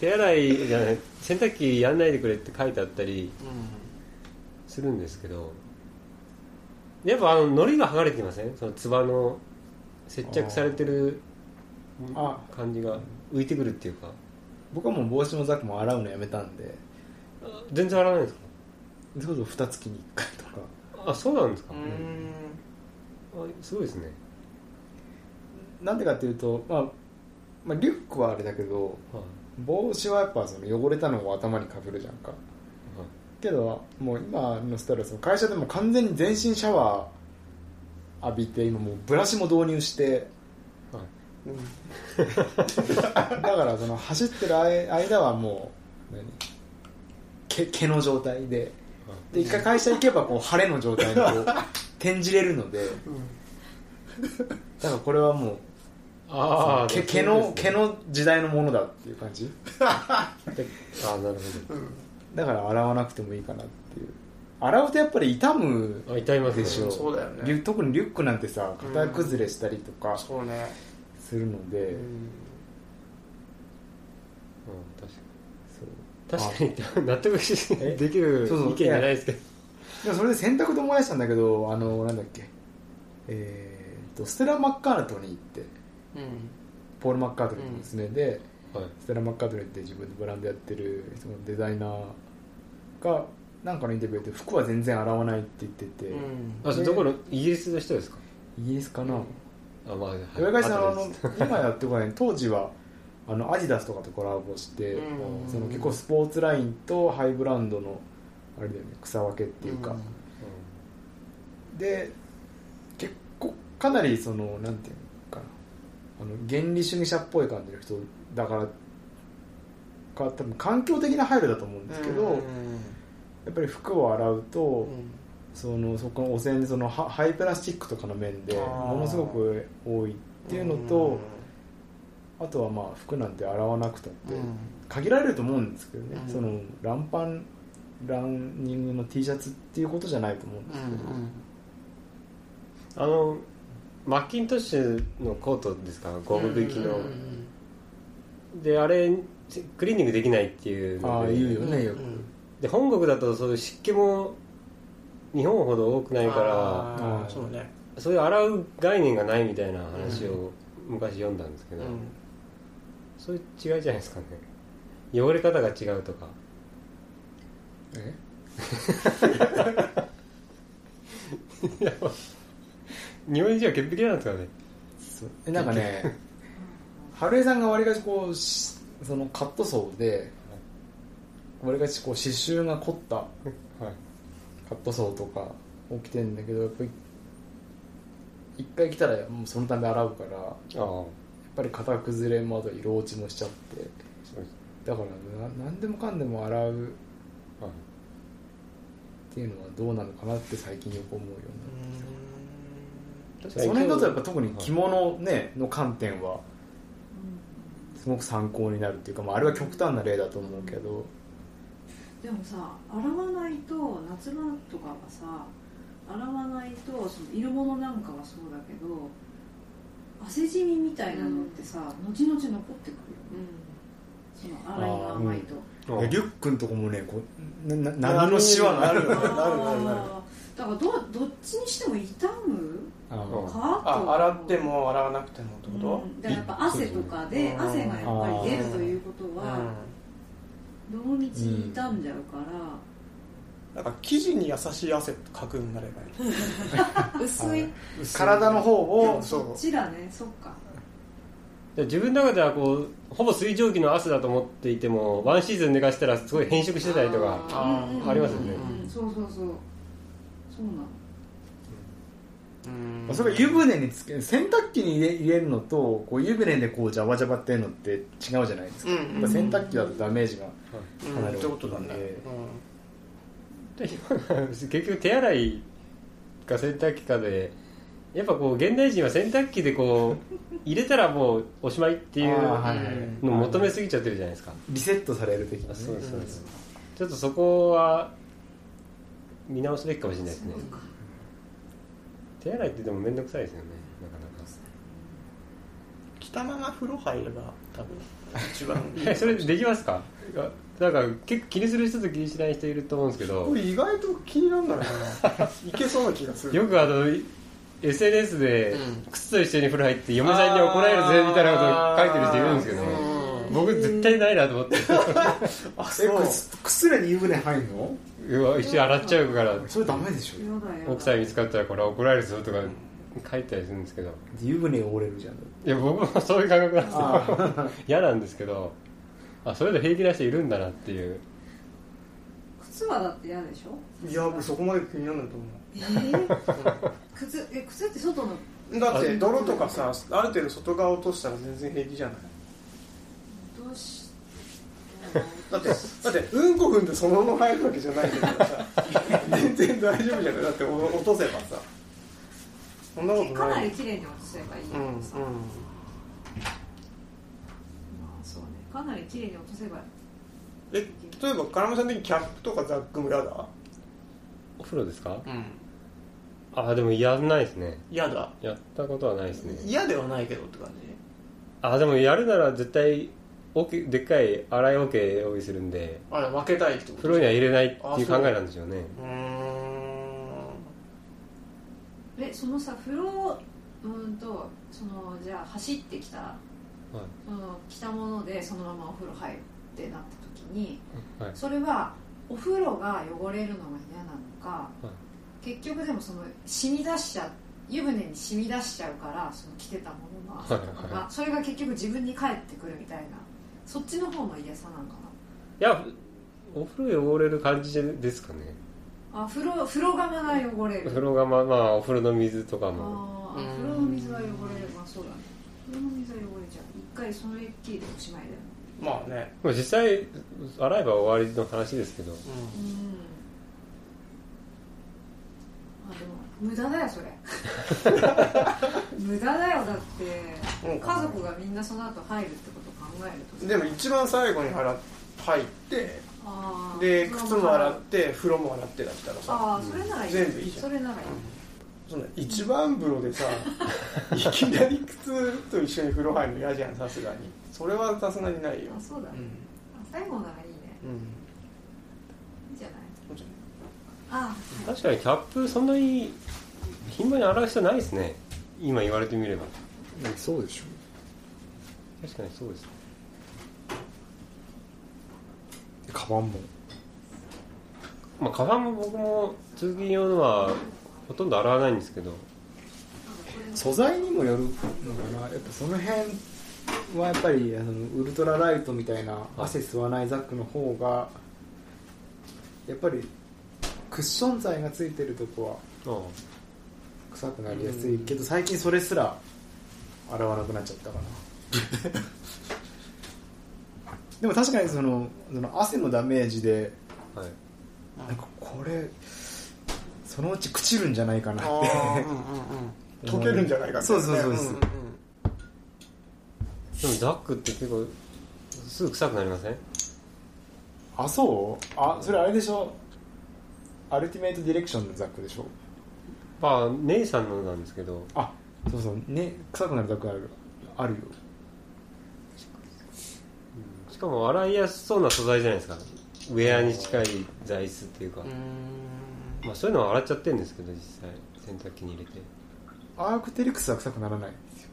[SPEAKER 3] 手洗いじゃない洗濯機やんないでくれって書いてあったり
[SPEAKER 2] あう
[SPEAKER 3] するんですけどやっぱあの糊が剥がれてませんそのつばの接着されてる
[SPEAKER 4] あ
[SPEAKER 3] 感じが浮いてくるっていうか
[SPEAKER 4] 僕はもう帽子もザックも洗うのやめたんで
[SPEAKER 3] 全然洗わないんです
[SPEAKER 4] そうそう二月に一回とか
[SPEAKER 3] かあそうなんですか、
[SPEAKER 2] んうん
[SPEAKER 3] あすごいですね
[SPEAKER 4] なんでかっていうと、まあ、まあリュックはあれだけど
[SPEAKER 3] はい
[SPEAKER 4] 帽子はやっぱその汚れたのを頭にかぶるじゃんか
[SPEAKER 3] はい
[SPEAKER 4] けどもう今のスタイルはその会社でも完全に全身シャワー浴びて今もうブラシも導入して
[SPEAKER 3] はい
[SPEAKER 4] だからその走ってる間はもう何毛毛の状態でで一回会社行けばこう晴れの状態にこう転じれるのでだからこれはもう
[SPEAKER 3] ああ
[SPEAKER 4] 毛毛の毛
[SPEAKER 3] の
[SPEAKER 4] の時代のものだっていう感じ
[SPEAKER 3] ああなる
[SPEAKER 4] だから洗わなくてもいいかなっていう洗うとやっぱり傷む
[SPEAKER 3] ほどあ痛いますね
[SPEAKER 4] でしょ
[SPEAKER 2] んそうだよね
[SPEAKER 4] リュ特にリュックなんてさ型崩れしたりとか
[SPEAKER 2] そうね
[SPEAKER 4] するので、
[SPEAKER 2] うん
[SPEAKER 3] うん確かに
[SPEAKER 4] そう
[SPEAKER 3] 確かにって納得し
[SPEAKER 4] え
[SPEAKER 3] できる
[SPEAKER 4] そうそう
[SPEAKER 3] 意見じゃないですけど
[SPEAKER 4] でもそれで洗濯と思い出したんだけどあのなんだっけえーっとステラ・マッカートニーって
[SPEAKER 2] うん
[SPEAKER 4] ポール・マッカートニーの娘で、
[SPEAKER 3] はい
[SPEAKER 4] ステラ・マッカートニーって自分でブランドやってるそのデザイナーがなんかのインタビューで服は全然洗わないって言ってて、
[SPEAKER 2] うん
[SPEAKER 3] あそれどこのイギリスの人ですか
[SPEAKER 4] イギリスかな、
[SPEAKER 3] あまあはい
[SPEAKER 4] 親会社のあ
[SPEAKER 3] 後
[SPEAKER 4] の
[SPEAKER 3] です
[SPEAKER 4] 今やってこない当時はあのアディダスとかとコラボして、
[SPEAKER 2] うん
[SPEAKER 4] その結構スポーツラインとハイブランドのあれだよね草分けっていうか、で結構かなりそのなんていうのかなあの原理主義者っぽい感じの人だからか多分環境的な配慮だと思うんですけど、
[SPEAKER 2] うん
[SPEAKER 4] やっぱり服を洗うと、そのそこの汚染でそのハハイプラスチックとかの面で
[SPEAKER 2] あー
[SPEAKER 4] ものすごく多いっていうのと、あとはまあ服なんて洗わなくたって、
[SPEAKER 2] うん
[SPEAKER 4] 限られると思うんですけどね、
[SPEAKER 2] うん
[SPEAKER 4] その乱パンランニングの T シャツっていうことじゃないと思うんで
[SPEAKER 2] う
[SPEAKER 4] す
[SPEAKER 2] んうん
[SPEAKER 3] あのマッキントッシュのコートですかゴム引きの、
[SPEAKER 2] うんうん
[SPEAKER 3] であれクリーニングできないっていう
[SPEAKER 4] あ
[SPEAKER 3] の
[SPEAKER 4] あ
[SPEAKER 3] で
[SPEAKER 4] 言うよね
[SPEAKER 2] うん
[SPEAKER 4] よく、
[SPEAKER 2] うん
[SPEAKER 3] で本国だとそういう湿気も日本ほど多くないか
[SPEAKER 2] あ
[SPEAKER 4] う
[SPEAKER 2] ー
[SPEAKER 4] ん
[SPEAKER 2] そうね
[SPEAKER 3] らそういう洗う概念がないみたいな話を昔読んだんですけ
[SPEAKER 2] う
[SPEAKER 3] ど、
[SPEAKER 2] ん
[SPEAKER 3] そういう違いじゃないですかね汚れ方が違うとか
[SPEAKER 4] え
[SPEAKER 3] 日本人は潔癖なんですかね
[SPEAKER 4] そうえなん かね春江さんがわりかしこうしそのカットソーでわりかしこう刺繍が凝った
[SPEAKER 3] はい
[SPEAKER 4] カットソーとか起きてんだけどやっぱり一回来たらもうそのため洗うからやっ
[SPEAKER 3] ああそ
[SPEAKER 4] ぱり型崩れもあと色落ちもしちゃって
[SPEAKER 3] うです
[SPEAKER 4] だからな何でもかんでも洗うっ
[SPEAKER 3] はい
[SPEAKER 4] ていうのはどうなのかなって最近よく思うよね
[SPEAKER 3] 確
[SPEAKER 4] そ
[SPEAKER 3] か
[SPEAKER 4] の
[SPEAKER 3] に
[SPEAKER 4] 辺だとやっぱ特に着物、ね、の観点はすごく参考になるっていうか、まあ、あれは極端な例だと思うけど
[SPEAKER 5] でもさ洗わないと夏場とかはさ洗わないとその色物なんかはそうだけど汗じみみたいなのってさ、後々残ってくるよねその洗いが甘いと
[SPEAKER 3] ああ
[SPEAKER 4] リュックのとこもねこうなな
[SPEAKER 2] な
[SPEAKER 4] 波のシワがある
[SPEAKER 2] なるなるなるなる
[SPEAKER 5] あーだからどうどっちにしても傷む
[SPEAKER 4] あ
[SPEAKER 3] ー
[SPEAKER 5] かと
[SPEAKER 2] あ洗っても洗わなくてもってこと
[SPEAKER 5] うんだからやっぱ汗とかで
[SPEAKER 2] うん
[SPEAKER 5] 汗がやっぱり出るということは
[SPEAKER 2] う
[SPEAKER 5] どの道傷んじゃうから、
[SPEAKER 2] んなんか生地に優しい汗かくようになればいい
[SPEAKER 6] 薄い
[SPEAKER 2] 薄い
[SPEAKER 4] 体の方を
[SPEAKER 2] そう
[SPEAKER 5] こっちだねそっか
[SPEAKER 3] じゃあ自分の中ではこうほぼ水蒸気の汗だと思っていてもワンシーズン寝かしたらすごい変色してたりとか
[SPEAKER 6] あ
[SPEAKER 2] あー
[SPEAKER 5] うんうん
[SPEAKER 3] ありますよね
[SPEAKER 5] うんそうそうそうそうなの
[SPEAKER 2] うん
[SPEAKER 4] それが湯船につけ洗濯機に入れ入れるのとこう湯船でこうジャバジャバってやるのって違うじゃないですか、
[SPEAKER 2] うん
[SPEAKER 4] やっぱ洗濯機だとダメージが
[SPEAKER 2] うんってことだね
[SPEAKER 3] で今結局手洗いか洗濯機かでやっぱこう現代人は洗濯機でこう入れたらもうおしまいっていう
[SPEAKER 4] あー
[SPEAKER 3] の
[SPEAKER 4] はいはい
[SPEAKER 2] うん
[SPEAKER 3] を求めすぎちゃってるじゃないですか
[SPEAKER 4] リセットされる的な、
[SPEAKER 3] あ
[SPEAKER 4] ね、
[SPEAKER 3] そうです
[SPEAKER 2] う
[SPEAKER 3] そ
[SPEAKER 2] ん
[SPEAKER 3] うですちょっとそこは見直すべきかもしれないですね手洗いってでも面倒くさいですよねなかな
[SPEAKER 2] 着たまま風呂入れば多分一番 いい
[SPEAKER 3] かそれできますかいやなんか結構気にする人と気にしない人いると思うんですけど
[SPEAKER 2] これ意外と気になるんだないけそうな気がする
[SPEAKER 3] よくあのい SNS で
[SPEAKER 2] うん
[SPEAKER 3] 靴と一緒に風呂入って嫁さんに怒られるぜみたいなこと書いてる人いるんですけど
[SPEAKER 2] うん
[SPEAKER 3] 僕絶対ないなと思って
[SPEAKER 2] あ
[SPEAKER 4] え
[SPEAKER 2] そう
[SPEAKER 4] くすくすらに湯船入るの
[SPEAKER 3] うわ一緒に洗っちゃうから
[SPEAKER 4] それダメでしょ
[SPEAKER 5] やだやだ
[SPEAKER 3] 奥さんに見つかったらこれ怒られるぞとか書いたりするんですけど
[SPEAKER 4] 湯船汚れるじゃん
[SPEAKER 3] いや僕もそういう感 覚なんですよ嫌なんですけどあそれで平気な人いるんだなっていう
[SPEAKER 5] 靴はだって嫌でしょ
[SPEAKER 2] いや僕そこまで気にならないと思う
[SPEAKER 5] えー靴え靴って外の
[SPEAKER 2] だって泥とかさある程度外側落としたら全然平気じゃない
[SPEAKER 5] どうし
[SPEAKER 2] だ ってだってうんこ踏んでそのまま入るわけじゃないんだからさ全然大丈夫じゃないだってお落とせばさそんなこと
[SPEAKER 5] か
[SPEAKER 2] な
[SPEAKER 5] ないり綺麗に落とせばいいけ
[SPEAKER 2] うんうん
[SPEAKER 5] どさ、まあそうねかなり綺麗に落とせばいい
[SPEAKER 2] え例えば金山さん的にキャップとかザックも嫌だ
[SPEAKER 3] お風呂ですか
[SPEAKER 2] うん
[SPEAKER 3] あでもやんないですね
[SPEAKER 2] 嫌だ
[SPEAKER 3] やったことはないですね
[SPEAKER 2] 嫌ではないけどって感
[SPEAKER 3] あでもやるなら絶対オケでっかい洗いオケ用意するんで
[SPEAKER 2] じあれ分けたいってこと
[SPEAKER 3] 風呂には入れないっていう考えなんでしょうね
[SPEAKER 2] うーん
[SPEAKER 5] えそのさ風呂うーんとそのじゃあ走ってきた
[SPEAKER 3] は
[SPEAKER 5] その着たものでそのままお風呂入るってなった時に
[SPEAKER 3] い、はい、
[SPEAKER 5] それはお風呂が汚れるのが嫌なのか、
[SPEAKER 3] は
[SPEAKER 5] 結局でもその染み出しちゃう湯船に染み出しちゃうからその着てたものの汗とかが、
[SPEAKER 3] はい
[SPEAKER 5] それが結局自分に返ってくるみたいなそっちの方の嫌さなんか
[SPEAKER 3] いやお風呂汚れる感じですかね
[SPEAKER 5] なあ風呂風呂釜が汚れる
[SPEAKER 3] 風呂がまあまあお風呂の水とかも
[SPEAKER 5] あーあ風呂の水は汚れるまあそうだねこれも水は汚れちゃう一回それっきりでおしまいだよ
[SPEAKER 2] まあね、
[SPEAKER 3] まあ実際洗えば終わりの話ですけど
[SPEAKER 2] うん
[SPEAKER 5] うんまあでも無駄だよそれ 無駄だよだって
[SPEAKER 2] うん
[SPEAKER 5] 家族がみんなその後入るってこと考えるとさ
[SPEAKER 2] でも一番最後に払っ入って
[SPEAKER 5] あー
[SPEAKER 2] で
[SPEAKER 5] その
[SPEAKER 2] 靴
[SPEAKER 5] まま
[SPEAKER 2] も洗って風呂も洗ってだったらさ
[SPEAKER 5] ああそれならいい
[SPEAKER 2] 全部いいじゃん
[SPEAKER 5] それならいい
[SPEAKER 2] その一番風呂で さいきなり靴と一緒に風呂入るの嫌じゃんさすがにそれはさすがにないよ
[SPEAKER 5] あそうだ
[SPEAKER 2] う
[SPEAKER 5] ね、
[SPEAKER 2] ん
[SPEAKER 5] あ最後ならいいね
[SPEAKER 2] うん
[SPEAKER 5] いいじゃない
[SPEAKER 2] そうじゃない
[SPEAKER 5] あ
[SPEAKER 3] 確かにキャップそんなに頻繁に洗う必要ないですね今言われてみれば
[SPEAKER 4] うんそうでしょ
[SPEAKER 3] 確かにそうです
[SPEAKER 4] カバンも
[SPEAKER 3] まあカバンも僕も通勤用のはほとんど洗わないんですけど
[SPEAKER 4] 素材にもよるのかなやっぱその辺はやっぱりあのウルトラライトみたいな汗吸わないザックの方がやっぱりクッション材がついてるとこは
[SPEAKER 3] あ
[SPEAKER 4] 臭くなりやすいけど最近それすら洗わなくなっちゃったかなでも確かにそのその汗のダメージで
[SPEAKER 3] あはい
[SPEAKER 4] なんかこれそのうち朽ちるんじゃないかなって
[SPEAKER 2] あーうんうん うん溶けるんじゃないかみたいな
[SPEAKER 4] そうそうそうそうん
[SPEAKER 2] んん
[SPEAKER 3] でもザックって結構すぐ臭くなりません
[SPEAKER 4] あそうあそれあれでしょアルティメイトディレクションのザックでしょ
[SPEAKER 3] まあ姉さんのなんですけど
[SPEAKER 4] あそうそうね臭くなるザックあるあるよ
[SPEAKER 3] しかも洗いやすそうな素材じゃないですかウェアに近い材質っていうか、まあ、そういうのは洗っちゃってるんですけど実際洗濯機に入れて
[SPEAKER 4] アークテリクスは臭くならないんですよ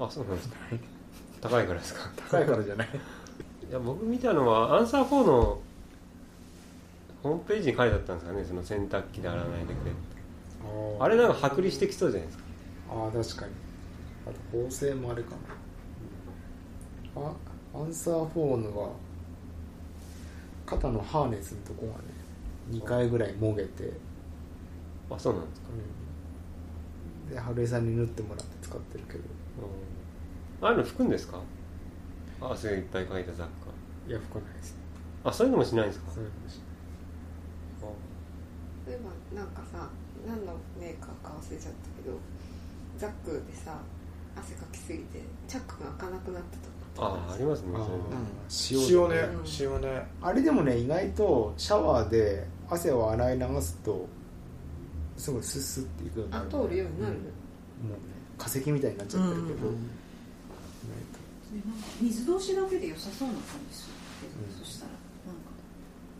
[SPEAKER 3] あそうなんですか高いからですか
[SPEAKER 4] 臭いからじゃない
[SPEAKER 3] いや僕見たのはアンサー4のホームページに書いてあったんですかねその洗濯機で洗わないでくれってあれなんか剥離してきそうじゃないですか
[SPEAKER 4] ああ確かにあと縫製もあれかなあアンサー4のは肩のハーネスのとこがね2回ぐらいもげて、
[SPEAKER 3] あそうなんですか、
[SPEAKER 4] で春江さんに縫ってもらって使ってるけど
[SPEAKER 3] うん、ああいうの拭くんですか汗いっぱいかいた雑貨
[SPEAKER 4] いや服はないです
[SPEAKER 3] あそういうのもしないんですか
[SPEAKER 4] そういうのし
[SPEAKER 6] 例えばなんかさ何のメーカーか忘れちゃったけどザックでさ汗かきすぎてチャックが開かなくなったと
[SPEAKER 3] ああありますね
[SPEAKER 4] あ
[SPEAKER 3] そ
[SPEAKER 4] ー
[SPEAKER 3] ういうの
[SPEAKER 2] 塩ね
[SPEAKER 6] うん
[SPEAKER 2] 塩ね
[SPEAKER 4] あれでもね意外とシャワーで汗を洗い流すとすごいスッスッっていくようにな
[SPEAKER 6] か
[SPEAKER 4] る
[SPEAKER 6] 通るようになる、
[SPEAKER 4] んもうね化石みたいになっちゃってるけど、
[SPEAKER 6] うん
[SPEAKER 4] 意
[SPEAKER 5] でなんか水通しだけで良さそうな感じするけど、
[SPEAKER 4] うん
[SPEAKER 5] そした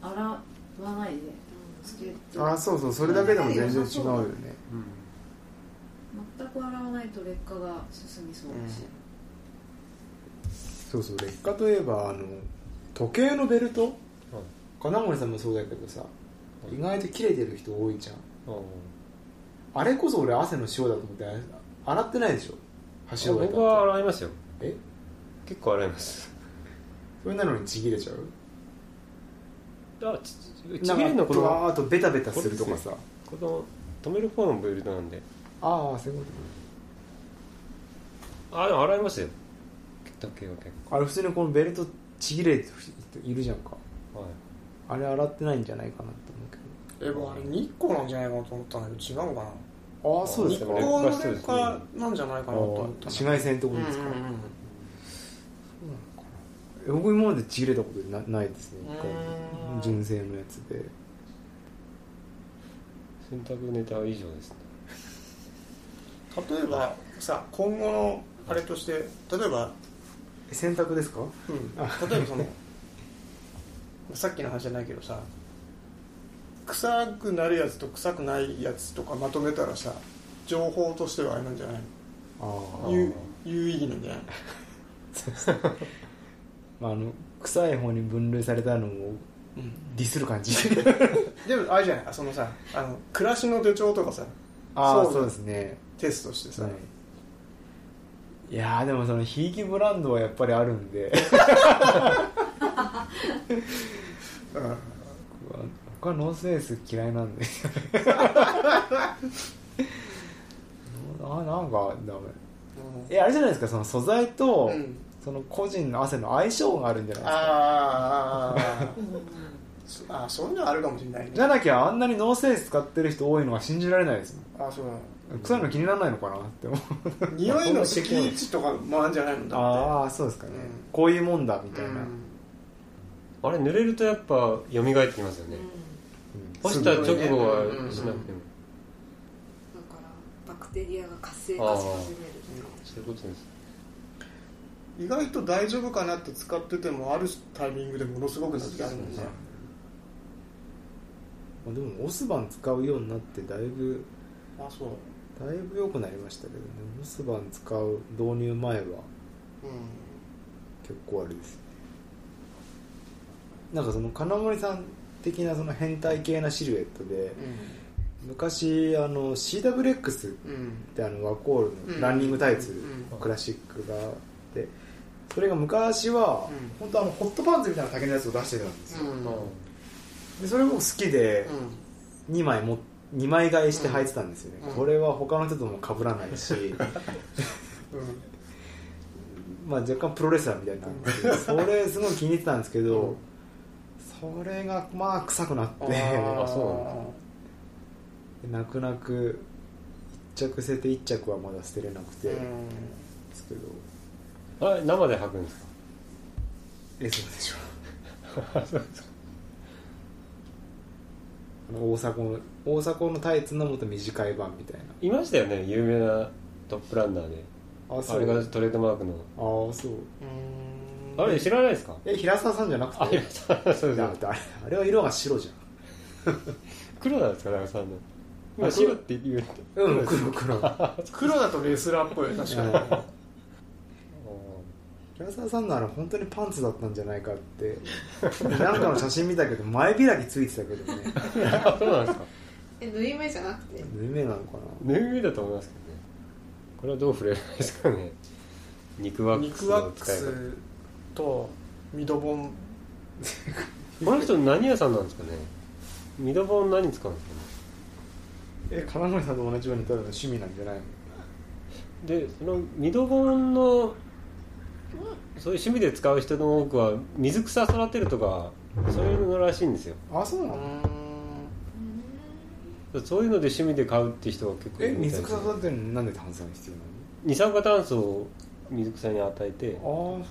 [SPEAKER 5] らなんか洗わないでつけて
[SPEAKER 4] 外とああそうそうそれだけでも全然違うよね
[SPEAKER 3] うん
[SPEAKER 5] 全く洗わないと劣化が進みそうだし、
[SPEAKER 4] そうそう劣化といえばあの時計のベルト金森さんもそうだけどさ
[SPEAKER 3] い
[SPEAKER 4] 意外と切れてる人多いじゃん
[SPEAKER 3] あ
[SPEAKER 4] あれこそ俺汗の塩だと思って洗ってないでしょ
[SPEAKER 3] あ
[SPEAKER 4] 箸を
[SPEAKER 3] 僕は洗いますよ
[SPEAKER 4] え
[SPEAKER 3] 結構洗います
[SPEAKER 4] それなのにちぎれちゃう
[SPEAKER 3] あちちちぎれるのこ
[SPEAKER 4] なんか
[SPEAKER 3] の
[SPEAKER 4] あとベタベタするとかさ
[SPEAKER 3] この止める方のベルトなんで
[SPEAKER 4] ああそういうこ
[SPEAKER 3] あでも洗いますよ時計は結
[SPEAKER 4] とあれ普通にこのベルトちぎれてる人いるじゃんか
[SPEAKER 3] 構はい
[SPEAKER 4] あれ洗ってないんじゃないかなと思うけ
[SPEAKER 2] えもうあれ日光なんじゃないかなと思ったんだけど違うかな
[SPEAKER 4] どああそうで
[SPEAKER 2] 日
[SPEAKER 4] す
[SPEAKER 2] 光
[SPEAKER 4] か
[SPEAKER 3] ね
[SPEAKER 4] ね
[SPEAKER 2] の劣化なんじゃないか
[SPEAKER 4] あ
[SPEAKER 2] なと思った
[SPEAKER 4] ー紫外線ってことですか、え僕今までちぎれたことなないですね一回も
[SPEAKER 2] うん
[SPEAKER 4] 純正のやつで
[SPEAKER 3] 洗濯ネタは以上ですね
[SPEAKER 2] 例えばさ今後のあれとして例えば、
[SPEAKER 4] え洗濯ですか
[SPEAKER 2] うん、例えばそのさっきの話じゃないけどさ臭くなるやつと臭くないやつとかまとめたらさ情報としてはあれなんじゃない
[SPEAKER 4] ああ
[SPEAKER 2] の有有意義なんじゃない
[SPEAKER 4] まああの臭い方に分類されたのを
[SPEAKER 2] の、
[SPEAKER 4] ディスる感 じ
[SPEAKER 2] でもあれじゃないそのさあの暮らしの手帳とかさ
[SPEAKER 4] ああ
[SPEAKER 2] そう
[SPEAKER 4] そうですね
[SPEAKER 2] テストしてさ、
[SPEAKER 4] いやーでもそのひいきブランドはやっぱりあるんで
[SPEAKER 2] うん
[SPEAKER 4] 僕は僕はノースエース嫌いなんで あなんかダメえあれじゃないですかその素材と、
[SPEAKER 2] うん
[SPEAKER 4] その個人の汗の相性があるんじゃないですか
[SPEAKER 2] あー
[SPEAKER 5] うんうん
[SPEAKER 2] あーそういうのはあるかもしれないね
[SPEAKER 4] じゃなきゃあんなに脳性使ってる人多いのは信じられないですも
[SPEAKER 2] あーそうだ
[SPEAKER 4] ん臭いの気にならないのかなって思う
[SPEAKER 2] 匂いの適値とかもあるんじゃないのだって
[SPEAKER 4] ああそうですかね、
[SPEAKER 2] うん
[SPEAKER 4] こういうもんだみたいな、
[SPEAKER 2] う
[SPEAKER 4] うん
[SPEAKER 2] ん
[SPEAKER 3] あれ濡れるとやっぱ蘇ってきますよね、干した直後はしなくても、
[SPEAKER 6] だからバクテリアが活性化し始めるとか
[SPEAKER 3] そういうことです
[SPEAKER 2] 意外と大丈夫かなって使っててもあるタイミングでものすごくなってあるもんね
[SPEAKER 4] まあでもオスバン使うようになってだいぶ
[SPEAKER 2] あそう
[SPEAKER 4] だいぶ良くなりましたけどねオスバン使う導入前は
[SPEAKER 2] うん
[SPEAKER 4] 結構あれですなんかその金森さん的なその変態系なシルエットで昔あの CWX っ
[SPEAKER 2] うんうん
[SPEAKER 4] てあのワコール
[SPEAKER 2] うん
[SPEAKER 4] のランニングタイツ、
[SPEAKER 2] うん
[SPEAKER 4] クラシックがあってそれが昔は、
[SPEAKER 2] うん
[SPEAKER 4] 本当あのホットパンツみたいな竹のやつを出してたんですよ、
[SPEAKER 2] うんうん
[SPEAKER 4] でそれ僕好きで2枚も2枚買いして履いてたんですよね、
[SPEAKER 2] うん
[SPEAKER 4] これは他の人とも被らないし
[SPEAKER 2] うん
[SPEAKER 4] まあ若干プロレスラーみたいになるんですけどそれすごい気に入ってたんですけど、
[SPEAKER 2] うん
[SPEAKER 4] それがまあ臭くなって
[SPEAKER 2] ー
[SPEAKER 3] あそうなん
[SPEAKER 4] 泣く泣く一着捨てて一着はまだ捨てれなくて
[SPEAKER 2] う
[SPEAKER 4] で
[SPEAKER 2] ん
[SPEAKER 4] すけど、
[SPEAKER 3] あれ生で履くんですか
[SPEAKER 4] えそうでしょあの大迫の大迫のタイツのもっと短い版みたい
[SPEAKER 3] いましたよね有名なトップランナーで
[SPEAKER 4] なあ
[SPEAKER 3] あれがトレードマークの
[SPEAKER 4] あそう
[SPEAKER 2] うん
[SPEAKER 3] あれ知らないですか
[SPEAKER 4] え平沢さんじゃなく
[SPEAKER 3] あ
[SPEAKER 4] て
[SPEAKER 3] いやそうですそう
[SPEAKER 4] だ
[SPEAKER 3] で
[SPEAKER 4] っ
[SPEAKER 3] す
[SPEAKER 4] てあれあれは色が白じ
[SPEAKER 3] 黒なんですか長さんの今
[SPEAKER 4] あ
[SPEAKER 3] 白って言うって
[SPEAKER 4] ゃんうん黒黒
[SPEAKER 2] 黒だとレスラーっぽい確かに
[SPEAKER 4] 平沢さんなら本当にパンツだったんじゃないかってなんかの写真見たけど前開きついてたけどね
[SPEAKER 3] あ そうなんですか
[SPEAKER 6] え縫い目じゃなくて
[SPEAKER 4] 夢なのかな
[SPEAKER 3] 縫い目だと思いますけどねこれはどう触れるんですかね肉ワックス
[SPEAKER 2] 肉
[SPEAKER 3] の
[SPEAKER 2] ワック
[SPEAKER 3] 使い方
[SPEAKER 2] スとミドボン
[SPEAKER 3] この人何屋さんなんですかねミドボン何使うんですかね
[SPEAKER 4] え金森さんと同じようにただの趣味なんじゃないの
[SPEAKER 3] でそのミドボンのそういう趣味で使う人の多くは水草育てるとかそういうのらしいんですよ
[SPEAKER 4] あそうなの
[SPEAKER 3] そういうので趣味で買うって人は結構い
[SPEAKER 4] え
[SPEAKER 3] るみたい
[SPEAKER 4] 水
[SPEAKER 3] で
[SPEAKER 4] 草
[SPEAKER 3] す
[SPEAKER 4] 育てるのになんで炭酸必要なの
[SPEAKER 3] 二酸化炭素を水草に与えて
[SPEAKER 4] ああそうなんだ
[SPEAKER 2] っ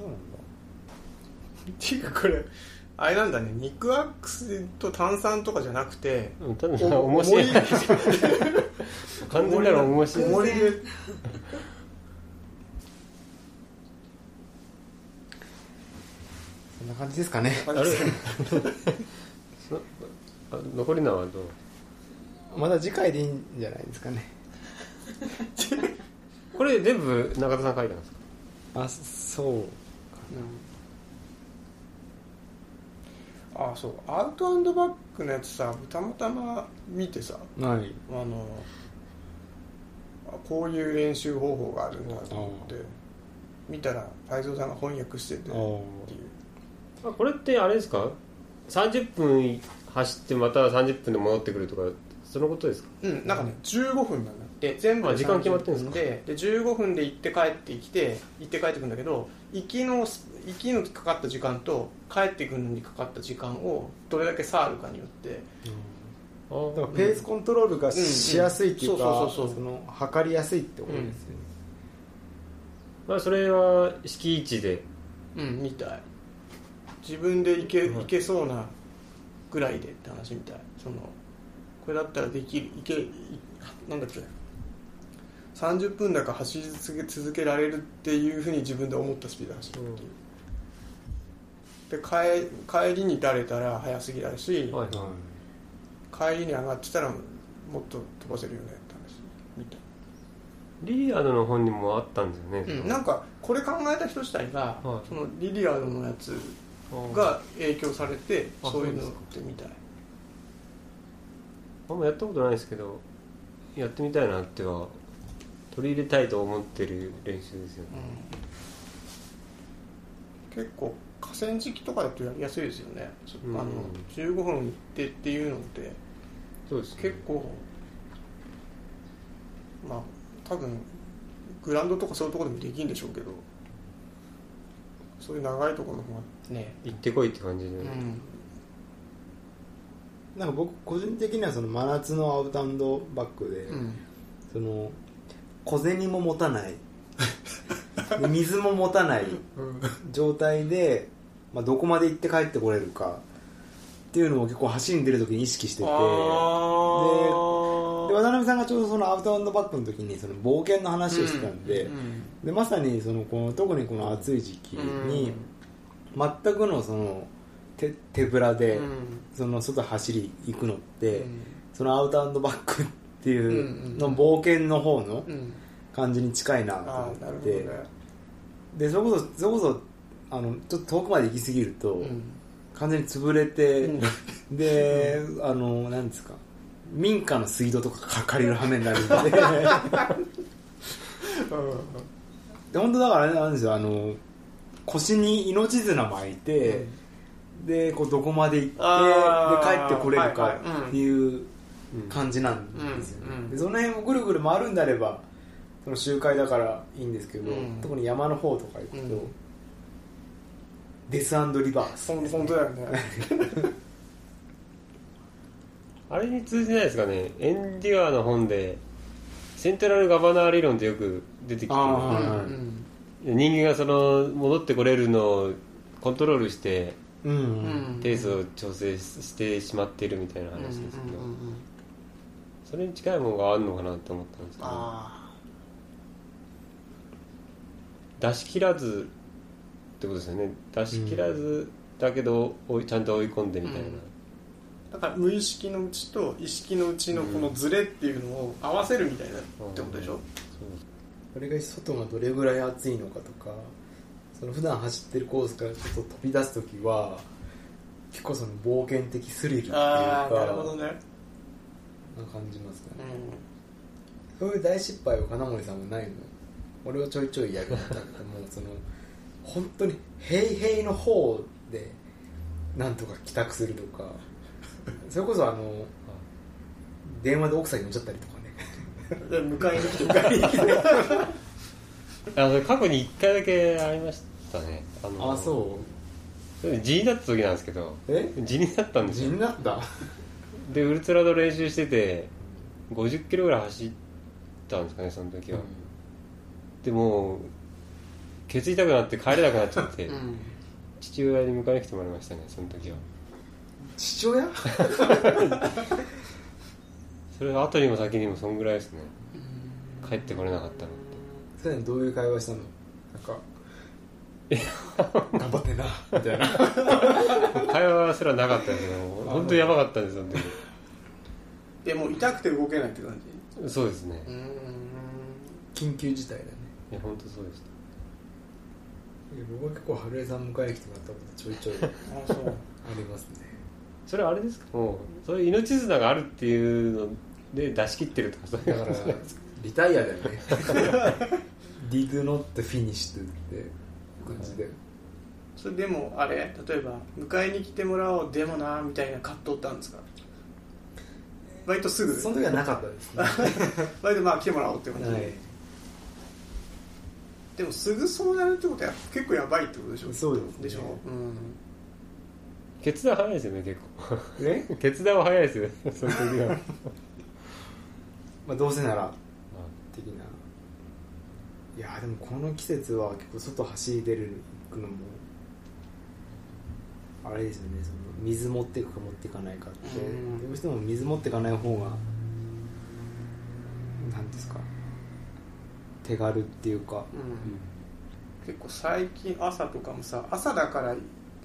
[SPEAKER 2] ていうかこれあれなんだね肉ワックスと炭酸とかじゃなくて
[SPEAKER 3] うんただ
[SPEAKER 2] お
[SPEAKER 3] 面白い
[SPEAKER 2] 重い
[SPEAKER 3] 完全なら面白い
[SPEAKER 2] 重りで
[SPEAKER 4] そんな感じですかね
[SPEAKER 3] あれ そ あ残りのはどう
[SPEAKER 4] まだ次回でいいんじゃないですかね
[SPEAKER 3] これ全部中田さん書いたんですか
[SPEAKER 4] あそう
[SPEAKER 2] ああそうアウトバックのやつさたまたま見てさ
[SPEAKER 4] はい
[SPEAKER 2] あのあこういう練習方法があるんだと思って見たら泰造さんが翻訳しててっていう
[SPEAKER 4] あ
[SPEAKER 3] あこれってあれですか30分走ってまた30分で戻ってくるとかそのことですか
[SPEAKER 2] うんなんかね15分なんだって全部
[SPEAKER 3] あ時間決まってるんで
[SPEAKER 2] ん
[SPEAKER 3] すか
[SPEAKER 2] でで15分で行って帰ってきて行って帰ってくるんだけど行きのス行きのかかった時間と帰ってくるのにかかった時間をどれだけ差あるかによって
[SPEAKER 3] あ
[SPEAKER 4] だからペースコントロールがしやすいっていうか
[SPEAKER 2] うんうんそうそうそうそう
[SPEAKER 4] その測りやすいってことですよね、
[SPEAKER 3] まあ、それは敷地で
[SPEAKER 2] うんみたい自分で行け
[SPEAKER 3] うん
[SPEAKER 2] 行けそうなぐらいでって話みたいそのこれだったらできる行けいなんだっけ30分だか走り続け続けられるっていうふうに自分で思ったスピードで走るっていう、で帰帰りにだれたら早すぎだし、
[SPEAKER 3] はい
[SPEAKER 4] はい
[SPEAKER 2] 帰りに上がってたらもっと飛ばせるよねって話みたい
[SPEAKER 3] リリアードの本にもあったんですよ
[SPEAKER 2] な,、
[SPEAKER 3] ね、
[SPEAKER 2] うん、なんかこれ考えた人自体が、
[SPEAKER 3] はい
[SPEAKER 2] そのリリアードのやつ
[SPEAKER 3] が
[SPEAKER 2] が影響されて
[SPEAKER 3] あ
[SPEAKER 2] そういうの
[SPEAKER 3] そ
[SPEAKER 2] っ
[SPEAKER 3] うで
[SPEAKER 2] てみたい
[SPEAKER 3] あんまやったことないですけどやってみたいなっては取り入れたいと思ってる練習ですよね
[SPEAKER 2] うん結構河川敷とかだとやりやすいですよね、そ
[SPEAKER 3] うん
[SPEAKER 2] あの15分行ってっていうのって
[SPEAKER 3] そうですね
[SPEAKER 2] 結構まあ多分グラウンドとかそういうところでもできるんでしょうけどそういう長いところの方がね
[SPEAKER 3] 行ってこいって感じで、
[SPEAKER 2] うん
[SPEAKER 4] なんか僕個人的にはその真夏のアウトアンドバックで、
[SPEAKER 2] うん
[SPEAKER 4] その小銭も持たない で水も持たない状態で、まあ、どこまで行って帰ってこれるかっていうのを結構走りに出る時に意識しててで
[SPEAKER 2] あ
[SPEAKER 4] 渡辺さんがちょうどそのアウトアンドバックの時にその冒険の話をしてたんで,、でまさにそのこの特にこの暑い時期に全くのその手手ぶらでその外走り行くのって、そのアウトアンドバックっていうの
[SPEAKER 2] うんうん
[SPEAKER 4] 冒険の方の
[SPEAKER 2] うん
[SPEAKER 4] 感じに近いなと
[SPEAKER 2] ああなる
[SPEAKER 4] 思っ
[SPEAKER 2] ほど
[SPEAKER 4] て、
[SPEAKER 2] ね
[SPEAKER 4] でそれこそそれこそあのちょっと遠くまで行き過ぎると、
[SPEAKER 2] うん
[SPEAKER 4] 完全に潰れて、
[SPEAKER 2] うん
[SPEAKER 4] で、あのなんですか民家の水道とか借りる羽目になる んでで本当だからあれなんですよあの腰に命綱巻いて、でこうどこまで行
[SPEAKER 2] あ
[SPEAKER 4] っ
[SPEAKER 2] ー
[SPEAKER 4] てで帰ってこれる
[SPEAKER 2] はい
[SPEAKER 4] か
[SPEAKER 2] はいうん
[SPEAKER 4] っていう感じなんですよね、
[SPEAKER 2] うんうん
[SPEAKER 4] でその辺をぐるぐる回るんであればその周回だからいいんですけど、
[SPEAKER 2] うん
[SPEAKER 4] 特に山の方とか行くと、
[SPEAKER 2] うん
[SPEAKER 4] デスリバース
[SPEAKER 2] ほん本当だよね
[SPEAKER 3] あれに通じないですかねエンデュアーの本でセントラルガバナー理論ってよく出てきて
[SPEAKER 2] う
[SPEAKER 4] あ
[SPEAKER 2] ん
[SPEAKER 4] ー
[SPEAKER 2] うん
[SPEAKER 3] 人間がその戻ってこれるのをコントロールして
[SPEAKER 4] うん、
[SPEAKER 2] うん
[SPEAKER 3] ペースを調整してしまっているみたいな話ですけど、
[SPEAKER 2] うんうんうんうん
[SPEAKER 3] それに近いものがあるのかなと思ったんですけど
[SPEAKER 2] あ
[SPEAKER 3] 出し切らずってことですよね出し切らずだけど、追いちゃんと追い込んでみたいな、
[SPEAKER 2] うんあだから無意識のうちと意識のうちのこのズレっていうのを合わせるみたいなってことでしょ
[SPEAKER 4] これが外がどれぐらい暑いのかとかその普段走ってるコースからちょっと飛び出す時は結構その冒険的スリルっていう
[SPEAKER 2] あ
[SPEAKER 4] か
[SPEAKER 2] あなるほどね
[SPEAKER 4] な感じますか
[SPEAKER 2] う
[SPEAKER 4] ね
[SPEAKER 2] ん
[SPEAKER 4] そういう大失敗は金森さんはないの俺はちょいちょいやるんだけどもうその本当に「へいへい」の方でなんとか帰宅するとかそれこそあの電話で奥さんに呼んじゃったりとかね
[SPEAKER 2] で迎えに来て迎えに来て
[SPEAKER 3] あの過去に1回だけありましたねあの
[SPEAKER 4] う
[SPEAKER 3] う地になった時なんですけど
[SPEAKER 4] え
[SPEAKER 3] 地になったんです
[SPEAKER 4] 地
[SPEAKER 3] よ
[SPEAKER 4] になった
[SPEAKER 3] でウルトラの練習してて50キロぐらい走ったんですかねその時は、でもうケツ痛くなって帰れなくなっちゃって、父親に迎えに来てもらいましたねその時は
[SPEAKER 4] 父親
[SPEAKER 3] それ後にも先にもそんぐらいですね帰ってこれなかったの って
[SPEAKER 4] それどういう会話したのなんか頑張ってなみたいな
[SPEAKER 3] 会話すらなかったですねもう本当にやばかったんですその時
[SPEAKER 2] でもう痛くて動けないって感
[SPEAKER 3] そうですね
[SPEAKER 2] じうん
[SPEAKER 4] 緊急事態だね
[SPEAKER 3] いや本当そうでした
[SPEAKER 4] いや僕は結構春江さん迎えに来てもらったことちょいちょいあ
[SPEAKER 2] あそう
[SPEAKER 4] りますね
[SPEAKER 3] それはあれですかもうそういう命綱があるっていうので出し切ってるとかそうい
[SPEAKER 4] だ
[SPEAKER 3] う
[SPEAKER 4] か
[SPEAKER 3] こ
[SPEAKER 4] ら
[SPEAKER 3] と
[SPEAKER 4] リタイアだよね Dig not finish って感じで
[SPEAKER 2] それでもあれ例えば迎えに来てもらおうでもなみたいな葛藤ってあるんですか割とすぐ
[SPEAKER 4] その時はなかったですねは
[SPEAKER 2] 割とまあ来てもらおうって感じで、でもすぐそうなるってことは結構やばいってことでしょ
[SPEAKER 4] そうですね
[SPEAKER 2] でしょ、うん、
[SPEAKER 3] 決断早いですよね結構
[SPEAKER 4] いね、
[SPEAKER 3] 決断は早いですよねその時は
[SPEAKER 4] まあ、どうせなら的ないやでもこの季節は結構外走り出る行くのもあれですよねその水持っていくか持っていかないかって
[SPEAKER 2] うん
[SPEAKER 4] どうしても水持っていかない方が何ですか手軽っていうか
[SPEAKER 2] うん結構最近朝とかもさ朝だから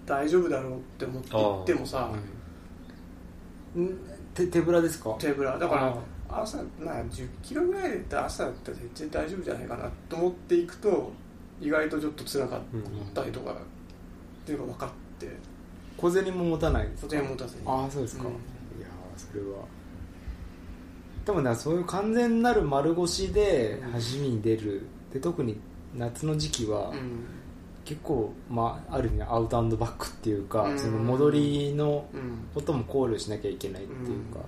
[SPEAKER 2] 大丈夫だろうって思って行ってもさ
[SPEAKER 4] ん手手ぶらですか
[SPEAKER 2] 手ぶらだから朝な10キロぐらいで朝だったら絶対大丈夫じゃないかなと思っていくと意外とちょっと辛かったりとか、っていうのが分かって
[SPEAKER 4] 小銭も持たないです
[SPEAKER 2] 小
[SPEAKER 4] か
[SPEAKER 2] 銭持たせに
[SPEAKER 4] ああそうですか、
[SPEAKER 2] うん
[SPEAKER 4] いやーそれは多分ねそういう完全なる丸腰で
[SPEAKER 2] うん
[SPEAKER 4] 走りに出る、で特に夏の時期は
[SPEAKER 2] うん
[SPEAKER 4] 結構、まあ、ある意味アウトアンドバックっていうか、
[SPEAKER 2] うん
[SPEAKER 4] その戻りの
[SPEAKER 2] うん
[SPEAKER 4] ことも考慮しなきゃいけないっていうか、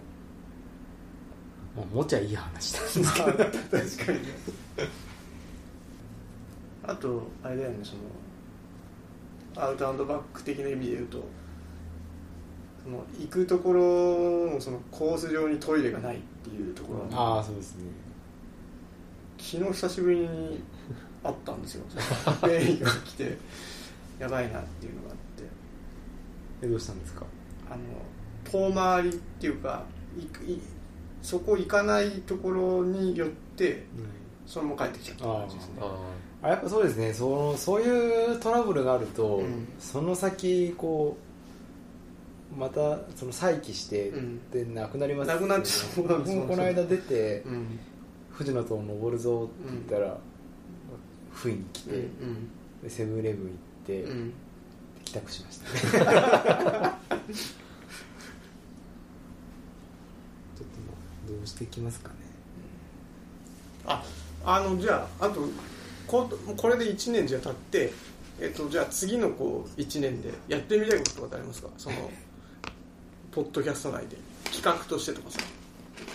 [SPEAKER 4] まあ、もちゃいい話なんですけど
[SPEAKER 2] まあ確かにねあとあれだよねそのアウトアンドバック的な意味で言うとその行くところのそのコース上にトイレがないっていうところが
[SPEAKER 4] ああそうですね
[SPEAKER 2] 昨日久しぶりにあったんですよ便意が来てやばいなっていうのがあって
[SPEAKER 4] えどうしたんですか
[SPEAKER 2] あの遠回りっていうかいくいそこ行かないところによってそのまま帰ってきちゃった感じですね
[SPEAKER 3] ああ
[SPEAKER 4] あやっぱそうですねそのそういうトラブルがあると、
[SPEAKER 2] うん
[SPEAKER 4] その先こうまたその再起して、
[SPEAKER 2] うん
[SPEAKER 4] でなくなりますよ
[SPEAKER 2] なくなっちゃう
[SPEAKER 4] 僕もこの間出て、
[SPEAKER 2] うん
[SPEAKER 4] 富士の塔登るぞって言ったら、不意に来
[SPEAKER 2] うん
[SPEAKER 4] て、でセブンイレブン行って、
[SPEAKER 2] うんうん
[SPEAKER 4] 帰宅しま した ちょっともうどうしていきますかね
[SPEAKER 2] ああのじゃああとここれで1年じゃ経ってえっとじゃあ次のこう1年でやってみたいこととかってありますかそのポッドキャスト内で企画としてとかさ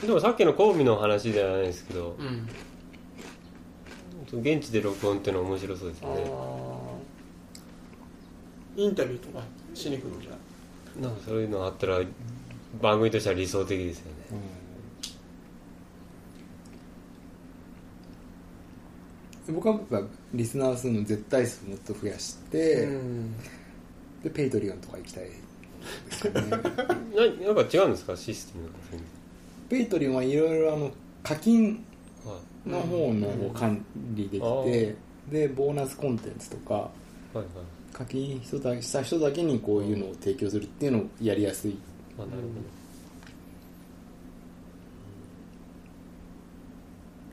[SPEAKER 3] でもさっきの神戸の話ではないですけど、
[SPEAKER 2] ん
[SPEAKER 3] 現地で録音っていうのは面白そうです
[SPEAKER 2] あ
[SPEAKER 3] よね
[SPEAKER 2] ーインタビューとかしに行くのじゃあ
[SPEAKER 3] なんかそういうのあったら番組としては理想的ですよね
[SPEAKER 4] 僕はやっぱリスナー数の絶対数もっと増やして、
[SPEAKER 2] うん
[SPEAKER 4] でペイトリオンとか行きたいですかね
[SPEAKER 3] ななんか違うんですかシステムが全
[SPEAKER 4] ペイトリオンはいろいろあの課金
[SPEAKER 3] 然は
[SPEAKER 4] の方のを管理でき
[SPEAKER 3] うんあ
[SPEAKER 4] て、でボーナスコンテンツとか
[SPEAKER 3] いはいはい
[SPEAKER 4] 課金人だした人だけにこういうのを提供するっていうのをやりやすい
[SPEAKER 3] まあなるほど、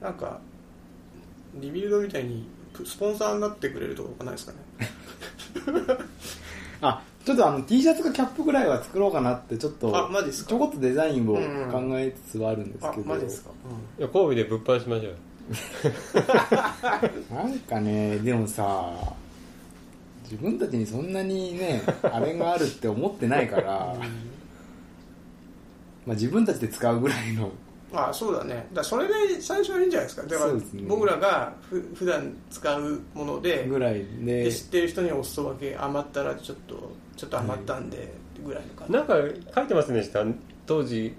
[SPEAKER 2] なんかリビルドみたいにスポンサーになってくれるとかないですかね
[SPEAKER 4] あちょっとあの T シャツかキャップぐらいは作ろうかなってちょっと
[SPEAKER 2] あマジっすか
[SPEAKER 4] ちょこっとデザインを
[SPEAKER 2] うん
[SPEAKER 4] 考えつつはあるんです
[SPEAKER 2] あ
[SPEAKER 4] けど、
[SPEAKER 2] マジですか、
[SPEAKER 3] いや神戸で物販しましょうよ
[SPEAKER 4] なんかねでもさ自分たちにそんなにねあれがあるって思ってないから、まあ、自分たちで使うぐらいの
[SPEAKER 2] あそうだねだからそれで最初はいいんじゃないですかだから
[SPEAKER 4] そうですね
[SPEAKER 2] 僕らがふ普段使うもので
[SPEAKER 4] ぐらいで
[SPEAKER 2] で知ってる人にお裾分け余ったらちょっとちょっと余ったんでぐらいの感じ、
[SPEAKER 3] なんか書いてませんでした当時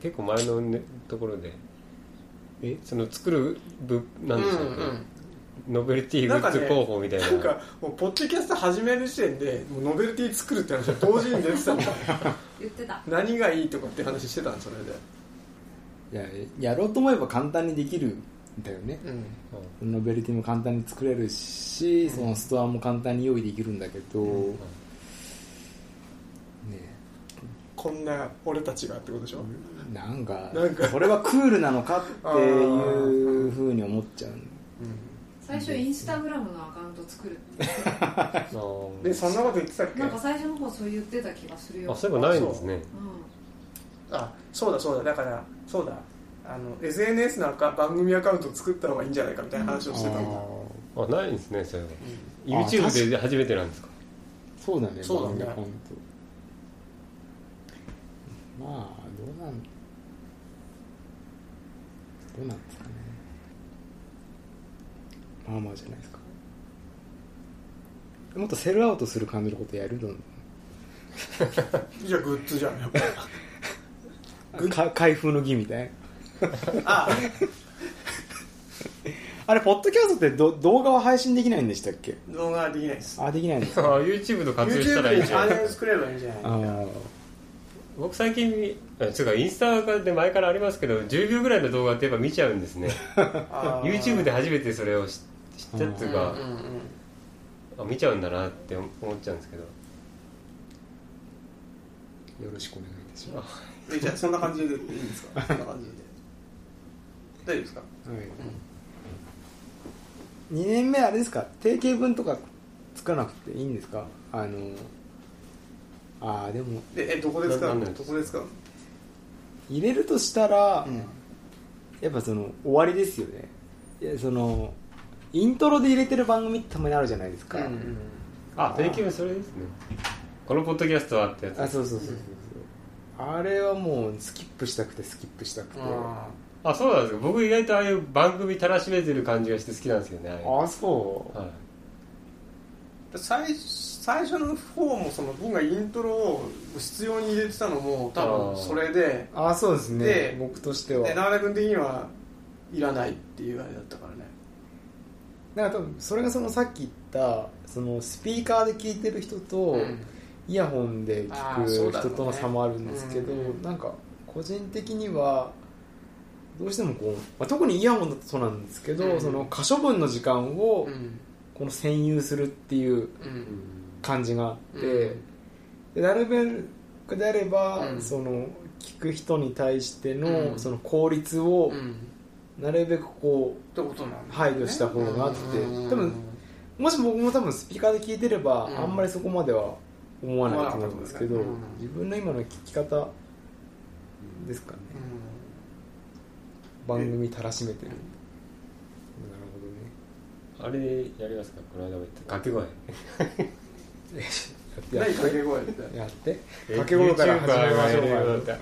[SPEAKER 3] 結構前の、ね、ところでえその作る物なんでしたっけ、ノベルティグッズ広報みたいな
[SPEAKER 2] なんかもうポッドキャスト始める時点でもうノベルティ作るって話が同時に出てたもん
[SPEAKER 5] 言ってた
[SPEAKER 2] 何がいいとかって話してたんそれで
[SPEAKER 4] いややろうと思えば簡単にできるんだよね
[SPEAKER 2] うん
[SPEAKER 4] ノベルティも簡単に作れるしそのストアも簡単に用意できるんだけど、ね
[SPEAKER 2] こんな俺たちがってことでしょ、
[SPEAKER 4] なんか
[SPEAKER 2] なんか
[SPEAKER 4] それはクールなのかっていうふうに思っちゃう
[SPEAKER 5] 最初インスタグラムのアカウント作るって
[SPEAKER 3] あー
[SPEAKER 2] でそんなこと言ってたっけ
[SPEAKER 5] なんか最初の方そう言ってた気がするよ
[SPEAKER 3] あそういえばないんですね
[SPEAKER 5] う
[SPEAKER 2] あそうだそうだだからそうだあの SNS のアカ番組アカウント作った方がいいんじゃないかみたいな話をしてたんだ、
[SPEAKER 3] あないんですねそういえば
[SPEAKER 4] あー
[SPEAKER 3] YouTube で初めてなんですか
[SPEAKER 4] そうだね
[SPEAKER 2] そうだね
[SPEAKER 4] 番組アカウントまあどうなんどうなんですかねまあまあじゃないですかもっとセルアウトする感じのことやるの
[SPEAKER 2] じゃあグッズじゃんやっぱ
[SPEAKER 4] か開封の儀みたいな
[SPEAKER 2] あ
[SPEAKER 4] あれポッドキャストってど動画は配信できないんでしたっけ
[SPEAKER 2] 動画はできないです
[SPEAKER 4] あできないんです
[SPEAKER 3] あ
[SPEAKER 4] か
[SPEAKER 3] ー YouTube と活用した
[SPEAKER 2] YouTube
[SPEAKER 3] らいい
[SPEAKER 2] に
[SPEAKER 3] じ
[SPEAKER 2] チ
[SPEAKER 3] ゃ
[SPEAKER 2] ャ
[SPEAKER 3] ん
[SPEAKER 2] ンネル作ればいいんじゃない
[SPEAKER 4] あー
[SPEAKER 3] 僕最近あつうかインスタで前からありますけど10秒ぐらいの動画ってやっぱ見ちゃうんですね
[SPEAKER 2] あー
[SPEAKER 3] YouTube で初めてそれを知知ったっていうか、
[SPEAKER 2] うんうんうん
[SPEAKER 3] あ見ちゃうんだなって思っちゃうんですけど
[SPEAKER 4] よろしくお願いいたしま
[SPEAKER 2] えじゃあそんな感じでいいんですかそんな感じで大丈夫ですか
[SPEAKER 4] す、はい、2年目あれですか定型文とかつかなくていいんですかあのあーでも
[SPEAKER 2] でえどこで使う
[SPEAKER 3] なな
[SPEAKER 2] の
[SPEAKER 3] んで
[SPEAKER 2] どこで使うの
[SPEAKER 4] 入れるとしたら、
[SPEAKER 2] うん
[SPEAKER 4] やっぱその終わりですよねいやそのイントロで入れてる番組ってたまにあるじゃないですか、
[SPEAKER 2] うん
[SPEAKER 3] あ定期分それですねこのポッドキャストはってやつ
[SPEAKER 4] あそうそうそうそうそうあれはもうスキップしたくてスキップしたくて
[SPEAKER 2] あ
[SPEAKER 3] あそうなんですか僕意外とああいう番組たらしめてる感じがして好きなんですよねああいう
[SPEAKER 4] あそう
[SPEAKER 3] はい
[SPEAKER 2] 最最初の方もその僕がイントロを必要に入れてたのも多分それで
[SPEAKER 4] ああそうです
[SPEAKER 2] で
[SPEAKER 4] ね僕としては
[SPEAKER 2] で永田君的にはいらないっていうあれだったからね
[SPEAKER 4] なんか多分それがそのさっき言ったそのスピーカーで聞いてる人と、イヤホンで
[SPEAKER 2] あーそ
[SPEAKER 4] 聞
[SPEAKER 2] う
[SPEAKER 4] く
[SPEAKER 2] だろ
[SPEAKER 4] 人
[SPEAKER 2] うね
[SPEAKER 4] との差もあるんですけど、
[SPEAKER 2] うん
[SPEAKER 4] なんか個人的にはどうしてもこう、まあ、特にイヤホンだとそうなんですけど、
[SPEAKER 2] うん
[SPEAKER 4] その可処分の時間を
[SPEAKER 2] ん
[SPEAKER 4] この占有するっていう
[SPEAKER 2] うん
[SPEAKER 4] 感じがあって、
[SPEAKER 2] うん
[SPEAKER 4] でなるべくであれば、
[SPEAKER 2] うん
[SPEAKER 4] その聞く人に対しての,、
[SPEAKER 2] うん
[SPEAKER 4] その効率を
[SPEAKER 2] うん
[SPEAKER 4] なるべくこう
[SPEAKER 2] ってことなんだ
[SPEAKER 4] 配慮した方がって
[SPEAKER 2] うん
[SPEAKER 4] 多分もし僕も多分スピーカーで聞いてれば、
[SPEAKER 2] うん
[SPEAKER 4] あんまりそこまでは思わないと思うんですけど、
[SPEAKER 2] 思わなかったと思うねうん
[SPEAKER 4] 自分の今の聞き方ですかね、番組たらしめてる、なる
[SPEAKER 3] あれやりますかこの間も言った掛け声
[SPEAKER 4] ほどね
[SPEAKER 2] 何
[SPEAKER 4] やっ
[SPEAKER 2] 掛け声って
[SPEAKER 4] てやって掛け声から始めましょうか
[SPEAKER 3] YouTuber
[SPEAKER 4] って
[SPEAKER 3] が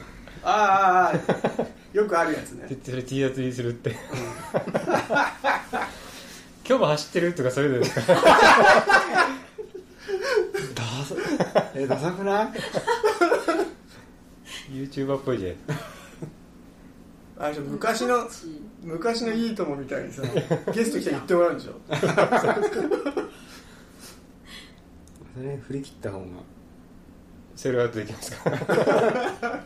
[SPEAKER 2] あーあーあーよくあるやつね
[SPEAKER 3] でそれ T やつにするって 今日も走ってるとかそういうのですか
[SPEAKER 4] ダサえダサくない
[SPEAKER 3] YouTuber っぽいじゃん
[SPEAKER 2] あれじゃ昔の昔のいいともみたいにさゲスト来て言ってもらうんでしょ
[SPEAKER 4] それ振り切った方が
[SPEAKER 3] セールアウトできますか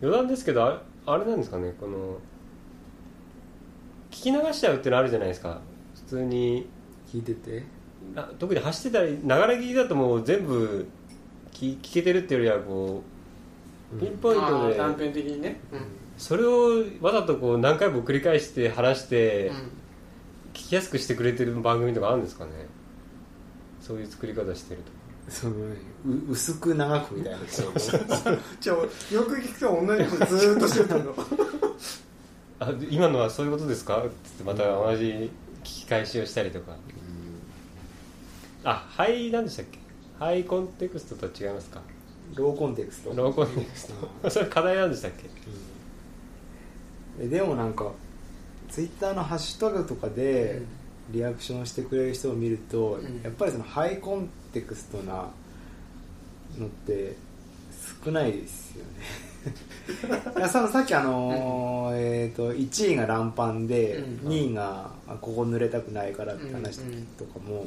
[SPEAKER 3] 余談ですけどあれあれなんですかねこの聞き流しちゃうってのあるじゃないですか普通に
[SPEAKER 4] 聞いてて
[SPEAKER 3] な特に走ってたり流れ聞きだともう全部聞聞けてるっていうよりはこうピンポイントで、
[SPEAKER 2] 断片的にね
[SPEAKER 3] それをわざとこう何回も繰り返して話して、聞きやすくしてくれてる番組とかあるんですかねそういう作り方してると
[SPEAKER 4] そのねう薄く長くみたいな
[SPEAKER 2] じゃあよく聞くと同じことずーっとしてたの
[SPEAKER 3] あで今のはそういうことですかって言ってまた同じ聞き返しをしたりとか、あハイ何でしたっけハイコンテクストとは違いますか
[SPEAKER 4] ローコンテクスト
[SPEAKER 3] ローコンテクスト それ課題なんでしたっけ
[SPEAKER 4] えでもなんかツイッターのハッシュタグとかでリアクションしてくれる人を見ると、
[SPEAKER 2] ん
[SPEAKER 4] やっぱりそのハイコンテクストなのって少ないですよ ねいやささっきあのーえー、と1位がランパンで、
[SPEAKER 2] うん
[SPEAKER 4] 2位があここ濡れたくないからって話した時とかも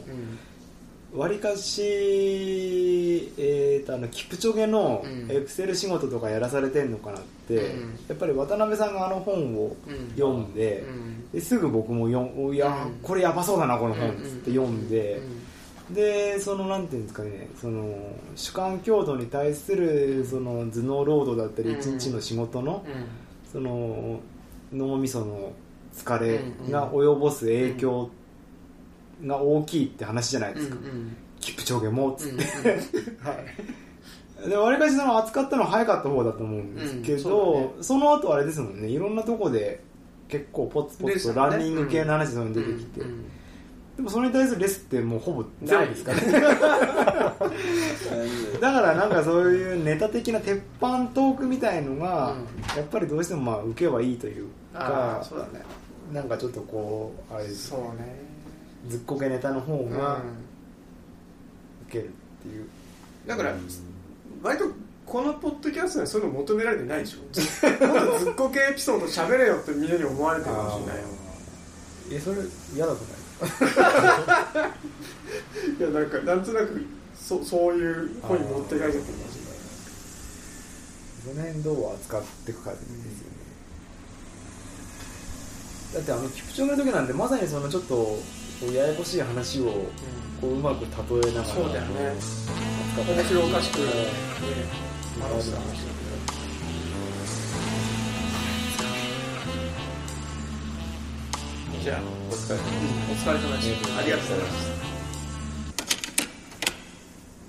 [SPEAKER 4] わりかし、えー、とあのキプチョゲの
[SPEAKER 2] うん
[SPEAKER 4] エクセル仕事とかやらされてんのかなって、
[SPEAKER 2] うん
[SPEAKER 4] やっぱり渡辺さんがあの本を
[SPEAKER 2] うん
[SPEAKER 4] 読んで,、ですぐ僕も読んおいやー、
[SPEAKER 2] うん
[SPEAKER 4] これやばそうだなこの本っつって読んで、でそのなんていうんですかねその主観強度に対するその頭脳労働だったり
[SPEAKER 2] うん
[SPEAKER 4] 一日の仕事の,、その脳みその疲れが及ぼす影響が大きいって話じゃないですか、キプチョゲもっつってでわりかしその扱ったの早かった方だと思うんです
[SPEAKER 2] う
[SPEAKER 4] けど、
[SPEAKER 2] んそう
[SPEAKER 4] その後あれですもんねいろんなとこで結構ポツポ
[SPEAKER 2] で
[SPEAKER 4] ツ
[SPEAKER 2] すよ
[SPEAKER 4] と
[SPEAKER 2] ね
[SPEAKER 4] ランニング系の話が出てきて、でもそれに対するレスってもうほぼゼロですから ねだからなんかそういうネタ的な鉄板トークみたいのが、やっぱりどうしてもまあ受けはいいという
[SPEAKER 2] ああ
[SPEAKER 4] か
[SPEAKER 2] そうだね
[SPEAKER 4] なんかちょっとこうあれです
[SPEAKER 2] そうね
[SPEAKER 4] ずっこけネタの方
[SPEAKER 2] う
[SPEAKER 4] が
[SPEAKER 2] ん
[SPEAKER 4] 受けるっていう、
[SPEAKER 2] だから割とこのポッドキャストにはそういうの求められてない でしょもっとずっこけエピソード喋れよってみんなに思われてるかもしれないよ
[SPEAKER 4] えそれ嫌だとか
[SPEAKER 2] いやなんかなんとなくそそういう方に持ってかれちゃってるかもしれない
[SPEAKER 4] その辺どう扱っていくかですよね、だってあのキプチョゲの時なんてまさにそのちょっとこうややこしい話をこううまく例えながら
[SPEAKER 2] そうだよね
[SPEAKER 4] 扱って
[SPEAKER 2] 面白おかしくね
[SPEAKER 4] なるほ
[SPEAKER 2] 話
[SPEAKER 4] ど
[SPEAKER 2] してた話だけどじゃあ
[SPEAKER 3] お疲れ様
[SPEAKER 2] お疲れ様でしたありがとうございました